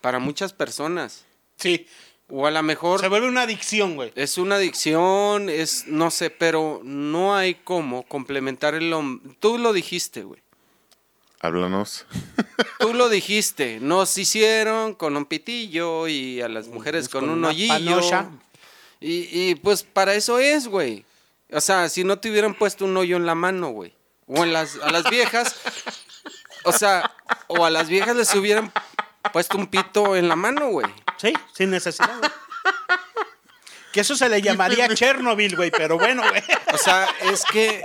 C: para muchas personas.
B: Sí.
C: O a lo mejor
B: Se vuelve una adicción, güey.
C: es una adicción, es no sé, pero no hay cómo complementar el hombre. Tú lo dijiste, güey.
A: Háblanos.
C: Tú lo dijiste, nos hicieron con un pitillo y a las mujeres con,
B: con
C: un
B: una
C: hoyillo.
B: panocha.
C: Y, y pues para eso es, güey. O sea, si no te hubieran puesto un hoyo en la mano, güey. O en las, a las viejas. O sea, o a las viejas les hubieran puesto un pito en la mano, güey.
B: Sí, sin necesidad, güey. Que eso se le llamaría Chernobyl, güey, pero bueno, güey.
C: O sea, es que.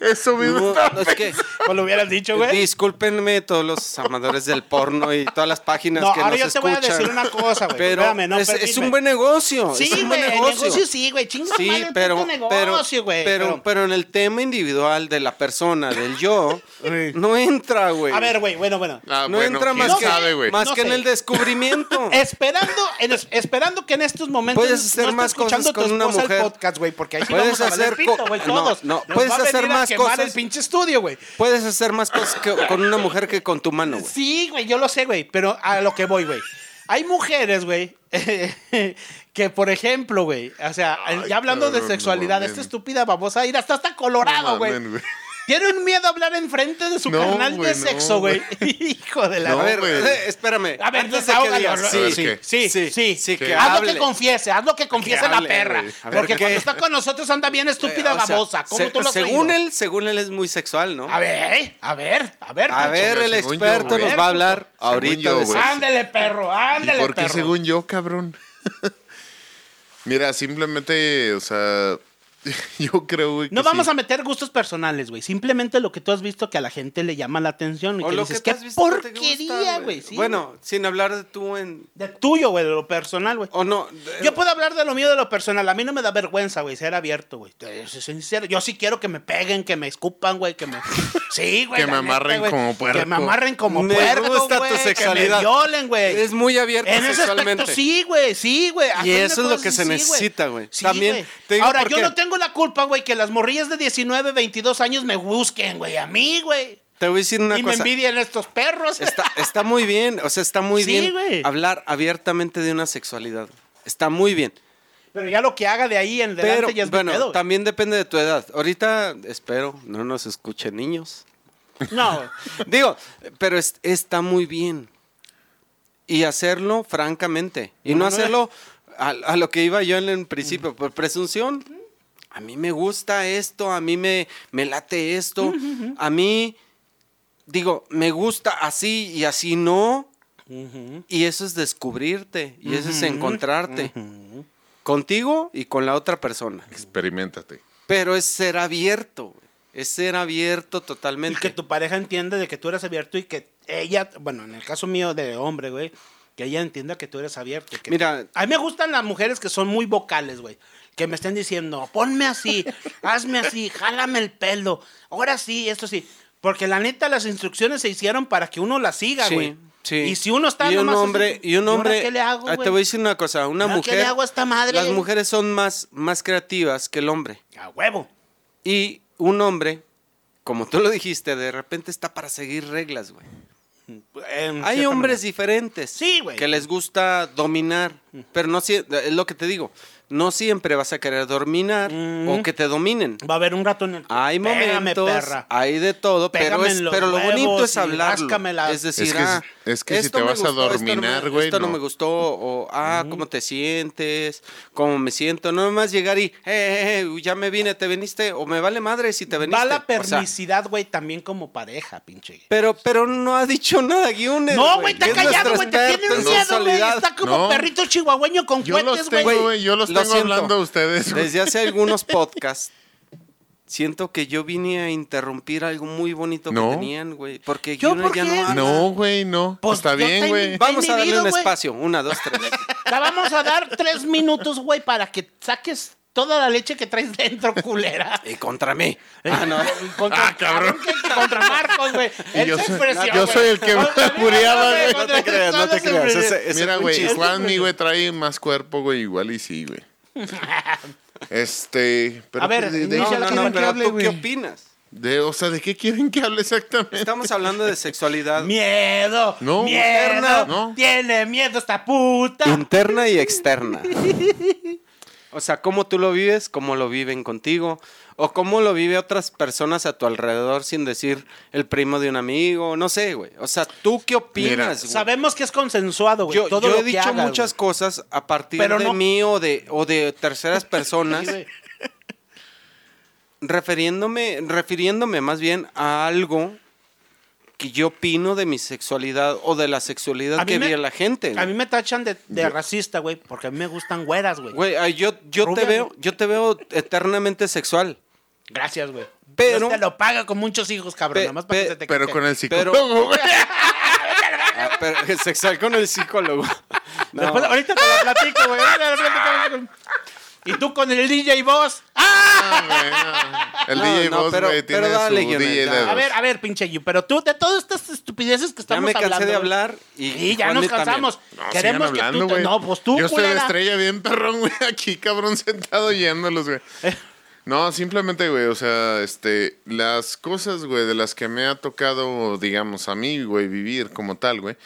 A: Eso mismo
C: no-
A: estaba
C: no, es que
B: Pues lo hubieras dicho, güey.
C: Discúlpenme todos los amadores del porno y todas las páginas
B: No,
C: que
B: ahora yo
C: nos
B: te voy a
C: escuchan,
B: decir una cosa, güey.
C: Pero
B: Espérame, no,
C: es, es
B: permíteme.
C: un buen negocio.
B: Sí,
C: es un
B: güey,
C: buen
B: el
C: negocio.
B: negocio sí, güey, chinga
C: Sí,
B: madre, el
C: pero,
B: puto
C: pero,
B: negocio, güey,
C: pero, pues,
B: pero-
C: pero en el tema individual de la persona, del yo,
B: Sí.
C: no entra, güey.
B: A ver, güey, bueno, bueno.
A: Ah,
C: no
A: bueno,
C: entra
A: quién
C: más que,
A: sabe, güey.
C: más
B: No
C: que en
B: sé.
C: el descubrimiento.
B: Esperando, en es- esperando que en estos momentos
C: Puedes hacer
B: esté
C: más cosas
B: escuchando tu
C: con una
B: esposa el
C: mujer.
B: podcast, güey, porque ahí sí
C: Puedes
B: vamos a valer
C: hacer
B: pito,
C: co-
B: güey,
C: no,
B: todos.
C: no,
B: Nos
C: puedes
B: va a venir
C: hacer
B: a
C: más
B: quemar
C: cosas.
B: el pinche estudio, güey.
C: Puedes hacer más cosas que- con una mujer que con tu mano, güey.
B: Sí, güey, yo lo sé, güey, pero a lo que voy, güey. Hay mujeres, güey, que por ejemplo, güey, o sea,
A: Ay,
B: ya hablando de
A: cabrón, no
B: sexualidad,
A: mames.
B: esta estúpida babosa ir hasta hasta Colorado,
A: No
B: güey.
A: mames, güey.
B: Tiene un miedo a hablar enfrente de su
A: No,
B: canal
A: güey,
B: de
A: no,
B: sexo, güey. Hijo de la.
A: No,
C: a ver, eh,
A: güey.
C: espérame.
B: A ver,
C: antes de que
B: desahógalo.
C: digas-
A: A ver,
B: Sí,
A: ¿qué?
B: sí, sí,
C: Sí,
B: sí.
C: sí, que
B: haz lo
C: hable.
B: que confiese, haz lo que confiese
C: Que
B: la
C: hable,
B: perra.
C: güey. A ver,
B: Porque
C: ¿qué?
B: cuando está con nosotros anda bien estúpida
C: Eh, o sea,
B: babosa. ¿Cómo
C: se-
B: tú lo has
C: según
B: leído?
C: él, según él es muy sexual, ¿no?
B: A ver, a ver, a ver.
C: A
B: Pancho. Ah,
C: ver, pues. el
A: según yo,
C: experto
A: güey.
C: nos va a hablar
A: Según
C: ahorita.
A: yo,
C: de
A: güey.
C: sexo.
B: Ándale, perro, ándale,
A: ¿Y por qué
B: perro.
A: según yo, cabrón? Mira, simplemente, o sea, yo creo, güey.
B: No
A: que
B: vamos
A: sí.
B: a meter gustos personales, güey. Simplemente lo que tú has visto que a la gente le llama la atención. Y
C: O
B: que
C: lo
B: dices,
C: que
B: qué
C: tú has visto que te gusta,
B: porquería, güey. sí,
C: bueno, sin hablar de tú en.
B: güey. De tuyo, güey, de lo personal, güey.
C: O no. de-
B: Yo puedo hablar de lo mío, de lo personal. A mí no me da vergüenza, güey, ser abierto, güey. Te- soy sincero. Yo sí quiero que me peguen, que me escupan, güey, que me... Sí, güey.
A: Que me
B: la
A: amarren
B: güey.
A: como puerco.
B: Que me amarren como
C: Me
B: puerco,
C: gusta tu
B: güey, Que me
C: sexualidad.
B: violen, güey.
C: Es muy abierto
B: En ese
C: sexualmente.
B: aspecto, sí, güey, sí, güey. Hazme una
C: eso es lo
B: cosa
C: que se
B: así,
C: necesita, güey.
B: Sí,
C: También,
B: güey.
C: te digo
B: Ahora,
C: por
B: yo
C: qué.
B: no tengo la culpa, güey, que las morrillas de 19, 22 años me busquen, güey, a mí, güey.
C: Te voy a decir una
B: Y me
C: cosa.
B: envidian estos perros.
C: Está, está muy bien, o sea, está muy
B: Sí,
C: bien
B: güey.
C: hablar abiertamente de una sexualidad. Está muy bien.
B: Pero ya lo que haga de ahí en adelante
C: Pero,
B: ya es mi
C: bueno,
B: pedo, güey.
C: también depende de tu edad. Ahorita, espero, no nos escuchen niños.
B: No, güey.
C: Digo, pero es- está muy bien. Y hacerlo francamente. Y no,
B: No, no,
C: hacerlo a, a lo que iba yo en el principio, por presunción. A mí me gusta esto, a mí me, me late esto, a mí, digo, me gusta así y así no. Y eso es descubrirte, y eso es encontrarte. Contigo y con la otra persona.
A: Experimentate.
C: Pero es ser abierto, güey. es ser abierto
B: Y
C: totalmente.
B: que tu pareja entiende de que tú eres abierto y que ella, bueno, en el caso mío de hombre, güey, que ella entienda que tú eres abierto. y que-
C: Mira.
B: a mí me gustan las mujeres que son muy vocales, güey. Que me estén diciendo, ponme así, hazme así, jálame el pelo. Ahora sí, esto sí. Porque la neta, las instrucciones se hicieron para que uno las siga,
C: Sí,
B: güey.
C: sí.
B: Y si uno está
C: y un
B: nomás así,
C: hombre y un
B: ahora
C: hombre
B: ¿Qué le hago,
C: Ah,
B: güey?
C: te voy a decir una cosa una
B: ¿Ahora
C: mujer
B: ¿Qué le hago a esta madre?
C: las mujeres son más más creativas que el hombre
B: A huevo.
C: y un hombre como tú lo dijiste de repente está para seguir reglas güey
B: En
C: hay
B: cierta
C: hombres
B: manera.
C: diferentes
B: Sí, güey.
C: que les gusta dominar pero no sie- es lo que te digo no siempre vas a querer dominar o que te dominen
B: Va a haber un rato en el.
C: hay
B: Pégame,
C: momentos,
B: perra.
C: hay de todo, pero,
B: Pégame
C: es,
B: en los
C: pero lo
B: huevos
C: bonito es
B: y ráscame
C: hablarlo.
B: la-
C: Es decir,
A: Es que-
C: ah,
A: es que si
C: esto
A: te
C: me
A: vas a
C: gustó, esto no me-
A: dorminar, güey,
C: Esto no.
A: no.
C: me gustó, o ah, cómo te sientes, cómo me siento. No más llegar y, eh, eh, eh, ya me vine, te viniste, o me vale madre si te viniste.
B: Va la
C: O sea,
B: permisidad, güey, también como pareja, pinche.
C: pero, pero no ha dicho nada, Guiones.
B: No, güey, está
C: Es nuestro
B: callado, güey. Te
C: experto
B: tiene
C: en
B: miedo, güey.
C: sexualidad.
B: Está como
A: No.
B: perrito chihuahueño con
A: Yo los
B: cohetes,
A: tengo,
B: güey.
A: güey. Yo los
C: lo
A: tengo
C: siento.
A: hablando a ustedes. güey.
C: Desde hace algunos podcasts siento que yo vine a interrumpir algo muy bonito
A: No.
C: que tenían, güey. Porque
B: ¿Yo
C: yo
B: por
C: ya
B: qué?
C: no habla.
A: No, güey, no.
B: Pues
A: Está
B: yo
A: bien,
B: te-
A: güey.
C: Vamos
B: Está
C: a darle
B: inhibido,
C: un
B: güey.
C: espacio. Una, dos, tres.
B: La vamos a dar tres minutos, güey, para que saques toda la leche que traes dentro, culera.
C: y contra mí. Ah, no.
B: Contra,
A: Ah, cabrón.
B: que- Contra Marcos, güey.
A: Y
B: Él
A: yo
B: se
A: soy-
B: expresió,
A: yo
B: güey.
A: soy el que
B: Contra mí,
A: muriaba, güey.
B: contra
C: No te creas, no
B: solo
C: te
B: se
C: creas.
B: expresió.
C: Ese-
A: Mira,
C: fue un
A: güey,
C: chiste.
A: Juanmi, güey, trae más cuerpo, güey, igual y sí, güey. Este. Pero
B: A ver,
A: de, de-
B: inicia
A: de-
C: No,
B: la
C: no,
A: ¿quieren
C: no,
A: que
C: pero
A: hable,
C: ¿tú qué
A: güey?
C: opinas?
A: De- o sea, ¿de qué quieren que hable exactamente?
C: Estamos hablando de sexualidad
B: Miedo.
A: No,
B: miedo.
A: no.
B: Tiene miedo esta puta.
C: interna y externa. O sea, cómo tú lo vives, cómo lo viven contigo, o cómo lo vive otras personas a tu alrededor sin decir el primo de un amigo, no sé, güey. O sea, ¿tú qué opinas, güey?
B: Sabemos que es consensuado, güey.
C: Yo,
B: Todo
C: yo
B: lo
C: he
B: que
C: dicho
B: hagas,
C: muchas
B: güey.
C: cosas a partir
B: Pero
C: de
B: no-
C: mí o de, o de terceras personas,
B: Sí, güey.
C: refiriéndome, refiriéndome más bien a algo que yo opino de mi sexualidad o de la sexualidad
B: A mí
C: que
B: me-
C: vive la gente.
B: A mí me tachan de, de
A: Yo-
B: racista, güey, porque a mí me gustan güeras, güey.
C: Güey, ay, yo, yo,
B: Rubia,
C: te veo,
B: güey.
C: yo te veo eternamente sexual.
B: Gracias, güey.
C: Pero-
B: Dios te lo paga con muchos hijos, cabrón.
C: Pe-
B: nomás para
C: pe-
B: que se te
A: Pero
B: quite.
A: con el
C: Pero-
A: psicólogo, güey.
C: Ah, pero sexual con el psicólogo. No.
B: Después, ahorita te lo platico, güey. Ahorita te lo platico. Y tú con el DJ Boss.
A: Ah, güey, no. El
C: No,
A: DJ
C: no,
A: Boss,
C: pero-
A: güey, tiene
C: pero dale,
A: su
C: Lionel,
A: DJ
C: ya.
A: dedos.
B: A ver, a ver, pinche you. Pero tú, de todas estas estupideces que
C: ya
B: estamos
C: me cansé
B: hablando.
C: de
B: güey.
C: hablar y,
B: Sí, ya
C: Juanmi
B: nos cansamos.
C: también.
A: No,
B: Queremos
A: sigan hablando,
B: que tú.
A: güey.
B: te- No, pues tú,
A: Yo soy la
B: culera.
A: estrella bien perrón, güey, aquí, cabrón, sentado guiándolos, güey. No, simplemente, güey, o sea, este, las cosas, güey, de las que me ha tocado, digamos, a mí, güey, vivir como tal, güey.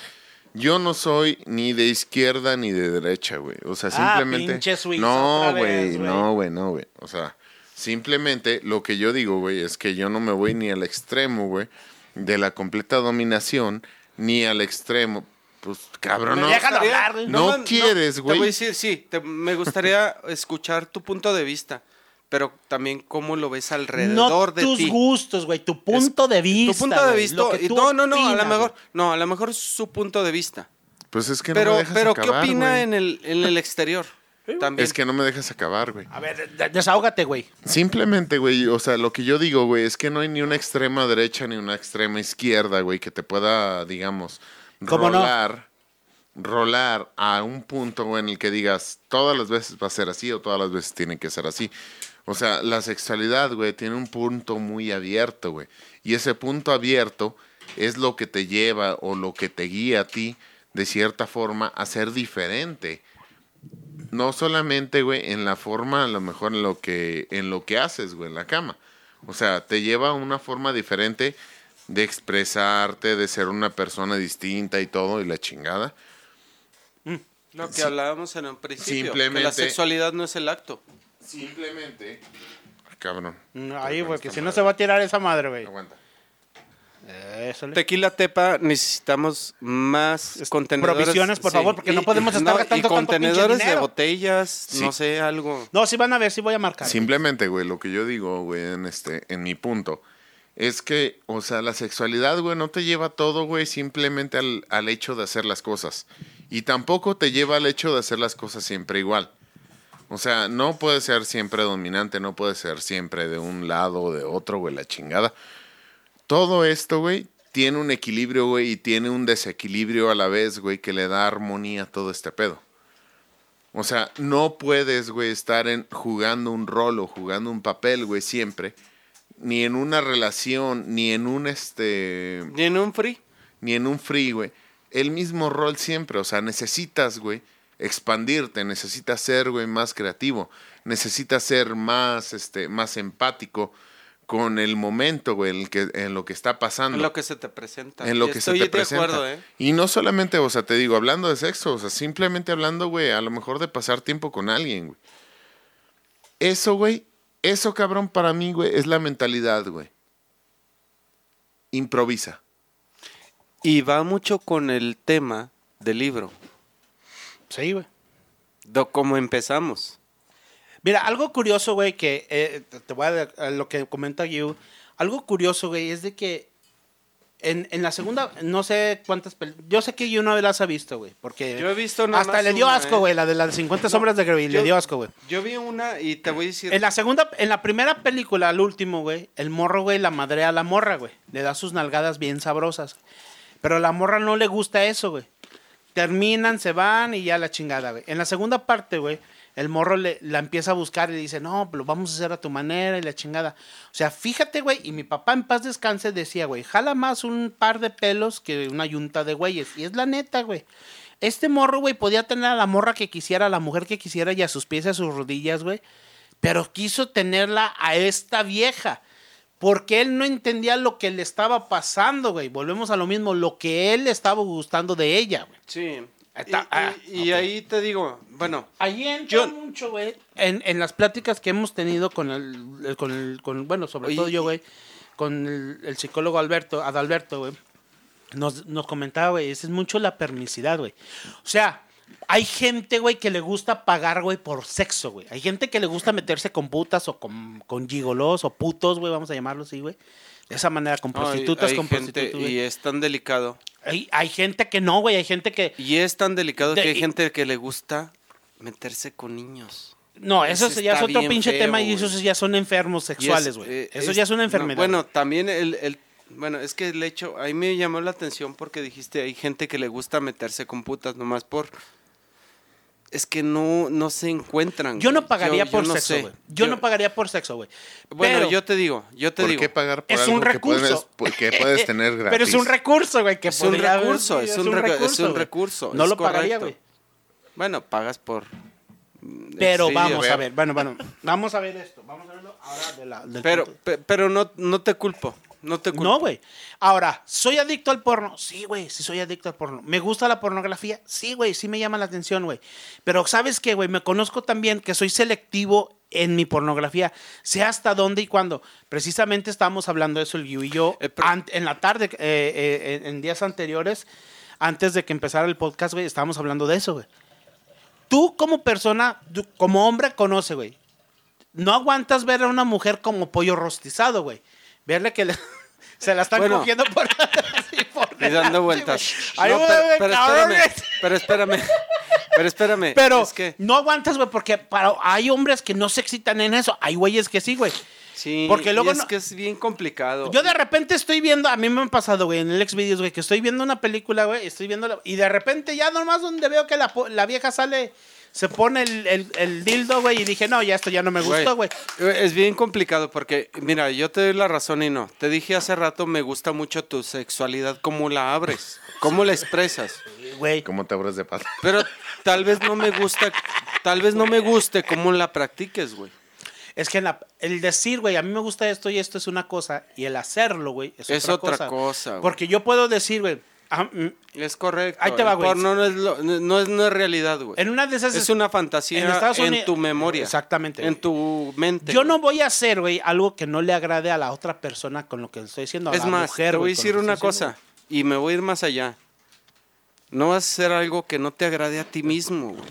A: Yo no soy ni de izquierda ni de derecha, güey. O sea,
B: Ah,
A: simplemente.
B: pinche suizo,
A: no,
B: otra vez,
A: güey,
B: güey.
A: no, güey, no, güey. O sea, Simplemente lo que yo digo, güey, es que yo no me voy ni al extremo, güey, de la completa dominación, ni al extremo. Pues cabrón,
B: Me
A: no.
B: dejan
C: gustaría-
B: hablar, güey.
A: No quieres, güey.
C: Te voy a decir, sí, te- me gustaría escuchar tu punto de vista, pero también cómo lo ves alrededor
B: No
C: de
B: tus
C: ti.
B: gustos, güey, tu punto de vista.
C: tu punto de
B: güey,
C: vista.
B: lo que
C: y-
B: tú
C: no, no, no, a
B: opinas,
C: lo mejor, no, a lo mejor su punto de vista.
A: Pues es que no me
C: Pero,
A: dejas
C: pero
A: acabar.
C: ¿qué opina
A: güey.
C: en el, en el exterior? También.
A: Es que no me dejas acabar, güey.
B: güey. A ver, de- desahógate, güey.
A: Simplemente, güey, o sea, lo que yo digo, güey, es que no hay ni una extrema derecha ni una extrema izquierda, güey, que te pueda, digamos,
B: ¿Cómo no?
A: rolar, rolar a un punto, güey, en el que digas, todas las veces va a ser así o todas las veces tiene que ser así. O sea, la sexualidad, güey, tiene un punto muy abierto, güey. Y ese punto abierto es lo que te lleva o lo que te guía a ti, de cierta forma, a ser diferente no solamente, güey, en la forma, a lo mejor en lo que, en lo que haces, güey, en la cama. O sea, te lleva a una forma diferente de expresarte, de ser una persona distinta y todo, y la chingada.
C: Lo que hablábamos en el principio, que
A: Simplemente-
C: la sexualidad no es el acto.
A: Simplemente. Cabrón.
B: Ahí, güey, que si no se va a tirar esa madre, güey.
A: Aguanta.
B: Eso, le-
C: Tequila Tepa, necesitamos más
B: Es-
C: contenedores.
B: provisiones, por favor, porque no podemos estar gastando
C: y
B: tanto pinche
C: contenedores de
B: dinero.
C: botellas, no
A: Sí.
C: sé, algo.
B: No, sí van a ver, sí voy a marcar.
A: Simplemente, güey, lo que yo digo, güey, en este, en mi punto, es que, o sea, la sexualidad, güey, no te lleva todo, güey, simplemente al, al hecho de hacer las cosas. Y tampoco te lleva al hecho de hacer las cosas siempre igual. O sea, no puede ser siempre dominante, no puede ser siempre de un lado o de otro, güey, la chingada. Todo esto, güey, tiene un equilibrio, güey, y tiene un desequilibrio a la vez, güey, que le da armonía a todo este pedo. O sea, no puedes, güey, estar en, jugando un rol o jugando un papel, güey, siempre. Ni en una relación, ni en un este
C: Ni en un free.
A: ni en un free, güey. El mismo rol siempre, o sea, necesitas, güey, expandirte, necesitas ser, güey, más creativo, necesitas ser más, este, más empático con el momento, güey, en, el que- en lo que está pasando.
C: En lo que se te presenta.
A: En lo
C: Y
A: que
C: estoy
A: se te presenta.
C: de acuerdo, ¿eh?
A: Y no solamente, o sea, te digo, hablando de sexo, o sea, simplemente hablando, güey, a lo mejor de pasar tiempo con alguien, güey. Eso, güey, eso, cabrón, para mí, güey, es la mentalidad, güey. Improvisa.
C: Y va mucho con el tema del libro,
B: Sí, güey.
C: de cómo empezamos.
B: Mira, algo curioso, güey, que eh, te- te voy a, a lo que comenta Gyu. Algo curioso, güey, es de que en, en la segunda, no sé cuántas películas. Yo sé que Gyu no las ha visto, güey, porque.
C: Yo he visto nada
B: Hasta
C: más
B: le dio
C: una,
B: asco,
C: eh.
B: güey, la de las 50
C: No,
B: sombras de Grey. Le
C: yo-
B: dio asco, güey.
C: Yo vi una y te voy a decir...
B: En la segunda, en la primera película, al último, güey, el morro, güey, la madrea a la morra, güey. Le da sus nalgadas bien sabrosas. Pero a la morra no le gusta eso, güey. Terminan, se van y ya la chingada, güey. En la segunda parte, güey, el morro le, la empieza a buscar y le dice, no, lo vamos a hacer a tu manera y la chingada. O sea, fíjate, güey, y mi papá en paz descanse decía, güey, jala más un par de pelos que una yunta de güeyes. Y es la neta, güey. Este morro, güey, podía tener a la morra que quisiera, a la mujer que quisiera y a sus pies, y a sus rodillas, güey pero quiso tenerla a esta vieja. Porque él no entendía lo que le estaba pasando, güey. Volvemos a lo mismo, lo que él estaba gustando de ella, güey.
C: Sí.
B: Ahí
C: Y,
B: está, ah,
C: y- y ahí te digo, bueno,
B: Ahí entra
C: Yo-
B: mucho, güey, en, en las pláticas que hemos tenido con el, el- con el- con- bueno, sobre
C: Oye,
B: todo yo,
C: y-
B: güey, con el, el psicólogo Alberto, Adalberto, güey, nos, nos comentaba, güey, esa es mucho la permisidad, güey. O sea, hay gente, güey, que le gusta pagar, güey, por sexo, güey. Hay gente que le gusta meterse con putas o con, con gigolos o putos, güey, vamos a llamarlos así, güey. De esa manera, con prostitutas,
C: ay, hay
B: con
C: gente-
B: prostitutas,
C: y
B: güey.
C: es tan delicado.
B: Hay, hay gente que no, güey, hay gente que...
C: Y es tan delicado
B: De-
C: que hay
B: y-
C: gente que le gusta meterse con niños.
B: No, eso
C: Ese
B: ya es
C: está
B: otro
C: bien
B: pinche
C: feo,
B: tema y
C: güey.
B: esos ya son enfermos
C: Y es,
B: sexuales, güey.
C: eh,
B: eso ya es una
C: no,
B: enfermedad.
C: bueno, también el, el- Bueno, es que el hecho. Ahí me llamó la atención porque dijiste: hay gente que le gusta meterse con putas nomás por. Es que no, no se encuentran.
B: yo no
C: güey.
B: pagaría
C: yo
B: por
C: no
B: sexo,
C: sé.
B: güey. Yo, no pagaría por sexo, güey.
C: Bueno,
B: pero,
C: yo te digo, yo te
A: ¿Por
C: digo.
A: qué pagar por
B: Es
A: algo
B: un
A: que
B: recurso.
A: puedes, que puedes tener gratis?
B: pero es un recurso, güey. que
C: Es un
B: podría haber-
C: recurso, es un recu- es un
B: güey.
C: recurso,
B: No
C: es
B: lo pagaría, güey.
C: correcto. Bueno, pagas por. mm,
B: Pero
C: exhibido.
B: vamos a
A: veo.
B: ver, bueno, bueno, vamos a ver esto. Vamos a verlo ahora de la, del
C: Pero,
B: punto.
C: pe- pero no, no te culpo. No te culpo.
B: No, güey. Ahora, ¿soy adicto al porno? Sí, güey, sí soy adicto al porno. ¿Me gusta la pornografía? Sí, güey, sí me llama la atención, güey. Pero ¿sabes qué, güey? Me conozco también que soy selectivo en mi pornografía. Sé hasta dónde y cuándo. Precisamente estábamos hablando de eso el Yu y yo
C: Eh, pero-
B: ant- en la tarde, eh, eh, en- en días anteriores, antes de que empezara el podcast, güey, estábamos hablando de eso, güey. Tú como persona, tú como hombre, conoce, güey. No aguantas ver a una mujer como pollo rostizado, güey. Verle que le- se la están
C: Bueno.
B: cogiendo por, así por
C: Y dando
B: delante,
C: vueltas.
B: güey. Ay,
C: No,
B: güey,
C: pero,
B: güey,
C: pero
B: cabrones.
C: espérame, pero espérame. Pero espérame.
B: Pero
C: Es que,
B: no aguantas, güey, porque para, hay hombres que no se excitan en eso. Hay güeyes que sí, güey.
C: sí,
B: porque luego
C: y es
B: no-
C: que es bien complicado.
B: Yo de repente estoy viendo, a mí me han pasado, güey, en el Xvideos, güey, que estoy viendo una película, güey, estoy viendo y de repente ya nomás donde veo que la, po- la vieja sale, se pone el, el- el dildo, güey, y dije, no, ya esto ya no me gustó, güey.
C: eh, Es bien complicado porque, mira, yo te doy la razón y no. Te dije hace rato, me gusta mucho tu sexualidad, cómo la abres, cómo la expresas.
B: Güey,
A: ¿Cómo te abres de pata?
C: Pero tal vez no me gusta, tal vez no me guste cómo la practiques, güey.
B: es que en la- el decir, güey, a mí me gusta esto y esto es una cosa, y el hacerlo, güey, es,
C: Es
B: otra,
C: otra
B: cosa.
C: cosa, güey.
B: Porque yo puedo decir, güey, ah, mm,
C: Es correcto.
B: Ahí te va,
C: el
B: güey.
C: porno no es, lo- no es, no es realidad, güey.
B: en una de esas...
C: Es una fantasía
B: en Estados
C: en
B: Unidos-
C: tu memoria.
B: Exactamente,
C: En
B: güey.
C: tu mente.
B: Yo
C: güey.
B: no voy a hacer, güey, algo que no le agrade a la otra persona con lo que estoy diciendo. A
C: Es
B: la
C: más,
B: mujer,
C: te voy
B: güey, con
C: a decir
B: lo que
C: una
B: estoy diciendo,
C: cosa y me voy a ir más allá. No vas a hacer algo que no te agrade a ti mismo, güey.
B: güey.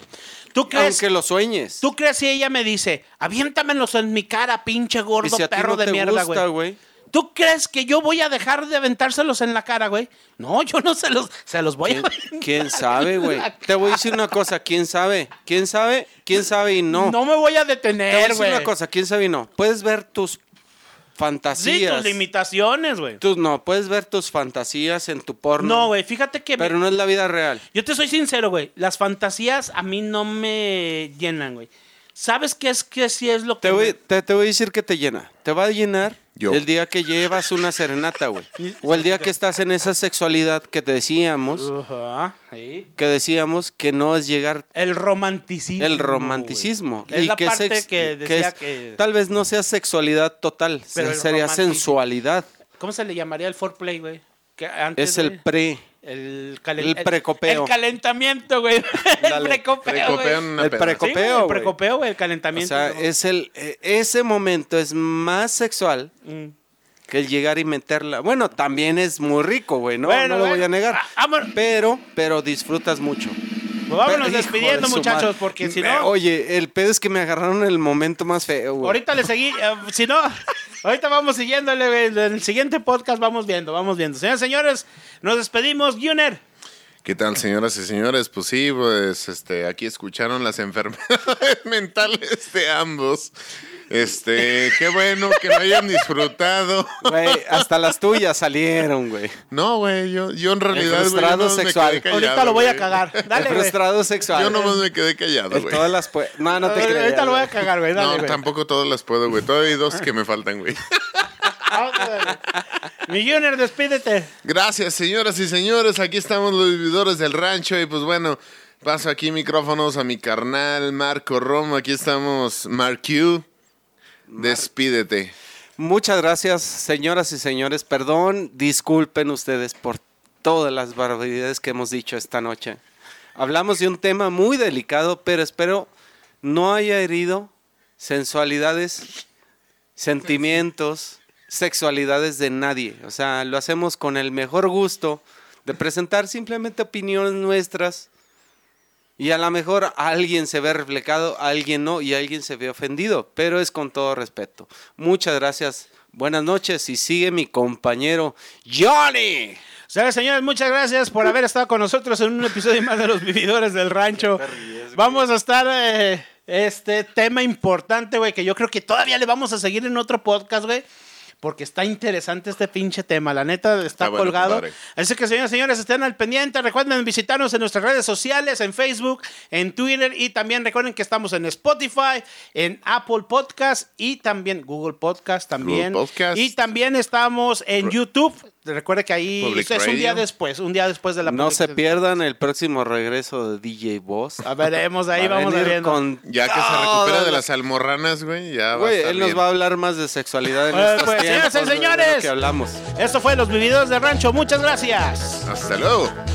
B: ¿Tú crees,
C: Aunque lo sueñes.
B: ¿Tú crees si ella me dice, aviéntamelos en mi cara, pinche
C: y
B: gordo
C: si a ti
B: perro
C: no
B: de
C: te
B: mierda,
C: gusta,
B: güey?
C: güey.
B: ¿Tú crees que yo voy a dejar de aventárselos en la cara, güey? No, yo no se los, se los voy a...
C: ¿Quién, quién sabe, güey?
B: La-
C: Te voy a decir una cosa, ¿quién sabe? ¿Quién sabe? ¿Quién sabe y no?
B: No. me voy a
C: te voy a
B: detener,
C: decir
B: güey.
C: una cosa, ¿quién sabe y no? Puedes ver tus
B: Sí,
C: fantasías.
B: tus limitaciones, güey.
C: Tus- no, puedes ver tus fantasías en tu porno.
B: No, güey, fíjate que...
C: Pero no es la vida real.
B: Yo te soy sincero, güey. Las fantasías a mí no me llenan, güey. ¿Sabes qué es que sí es lo que...
C: Te voy,
B: me-
C: te, te voy a decir que te llena. Te va a llenar
A: Yo.
C: el día que llevas una serenata, güey. O el día que estás en esa sexualidad que te decíamos,
B: Ajá, sí.
C: que decíamos que no es llegar
B: El romanticismo.
C: el romanticismo.
B: güey. Es la
C: que
B: parte
C: sex-
B: que decía
C: es-
B: que-
C: Tal vez no sea sexualidad total,
B: Pero el
C: sería
B: romanticismo.
C: sensualidad.
B: ¿Cómo se le llamaría el foreplay, güey? Que antes,
C: Es el
B: güey,
C: pre.
B: el, calen-
C: el precopeo.
B: El calentamiento, güey. El
C: Dale,
B: precopeo.
A: Precopeo en
B: güey.
A: una
C: El
A: peda.
C: preco-
B: Sí, güey, el
C: güey.
B: precopeo, güey, el
C: O
B: calentamiento.
C: sea,
B: ¿no?
C: es el, e- ese momento es más sexual
B: Mm.
C: que el llegar y meterla. Bueno, también es muy rico, güey, no,
B: Bueno,
C: no lo
B: bueno.
C: voy a negar.
B: Ah, vámonos.
C: Pero, pero disfrutas mucho.
B: Pues vámonos
C: Pero, hijo
B: despidiendo,
C: de su
B: muchachos,
C: madre.
B: porque si
C: Me-
B: no.
C: Oye, el pedo es que me agarraron en el momento más feo, güey.
B: Ahorita le seguí, eh, si no, ahorita vamos siguiéndole, güey. En el siguiente podcast vamos viendo, vamos viendo. Señores, señores, nos despedimos. Juner,
A: ¿Qué tal, señoras y señores? Pues sí, pues este, aquí escucharon las enfermedades mentales de ambos. Este, qué bueno que lo hayan disfrutado.
C: Güey, hasta las tuyas salieron, güey.
A: No, güey, yo, yo en realidad. güey,
C: frustrado
A: nomás me
C: sexual.
A: quedé callado,
B: ahorita lo voy a
A: güey.
B: cagar.
C: El
B: Dale, güey.
C: frustrado sexual.
A: Yo nomás me quedé callado,
C: En
A: güey.
C: todas las pue- No, no te
B: Ahorita
C: creas.
B: lo voy
C: güey.
B: a cagar, güey. Dale,
A: No,
B: güey.
A: tampoco todas las puedo, güey. Todavía hay dos que me faltan, güey.
B: Ah, Mi Junior, despídete.
A: Gracias, señoras y señores. Aquí estamos los vividores del rancho. Y pues bueno, paso aquí micrófonos a mi carnal Marco Romo. Aquí estamos, Mark Q. Despídete.
C: Muchas gracias, señoras y señores. Perdón, disculpen ustedes por todas las barbaridades que hemos dicho esta noche. Hablamos de un tema muy delicado, pero espero no haya herido sensualidades, sentimientos, sexualidades de nadie. O sea, lo hacemos con el mejor gusto de presentar simplemente opiniones nuestras. Y a lo mejor alguien se ve reflejado, alguien no, y alguien se ve ofendido, pero es con todo respeto. Muchas gracias, buenas noches y sigue mi compañero Johnny.
B: Señores, señores, muchas gracias por haber estado con nosotros en un episodio más de Los Vividores del Rancho. Vamos a estar eh, este tema importante, güey, que yo creo que todavía le vamos a seguir en otro podcast, güey. Porque está interesante este pinche tema. La neta está,
A: Está bueno,
B: colgado.
A: compadre.
B: Así que, señores, señores, estén al pendiente. Recuerden visitarnos en nuestras redes sociales, en Facebook, en Twitter. Y también recuerden que estamos en Spotify, en Apple Podcast y también Google Podcast también.
A: Google Podcast.
B: Y también estamos en YouTube. Recuerde que ahí
A: Public
B: es un día
A: Radio.
B: después, un día después de la
C: No se
B: publicación.
C: pierdan el próximo regreso de DJ Boss.
B: A veremos, ahí
C: Va a
B: vamos a
C: venir
B: ver.
C: con
A: Ya que se
C: todo
A: recupera de
C: lo-
A: las almorranas, güey, ya va a
C: Güey,
A: estar
C: él nos
A: bien.
C: va a hablar más de sexualidad en
B: Pues,
C: estos
B: pues, señoras y
C: tiempos, güey, de lo
B: señores.
C: que hablamos.
B: Esto fue Los Vividores de Rancho. Muchas gracias.
A: Hasta luego.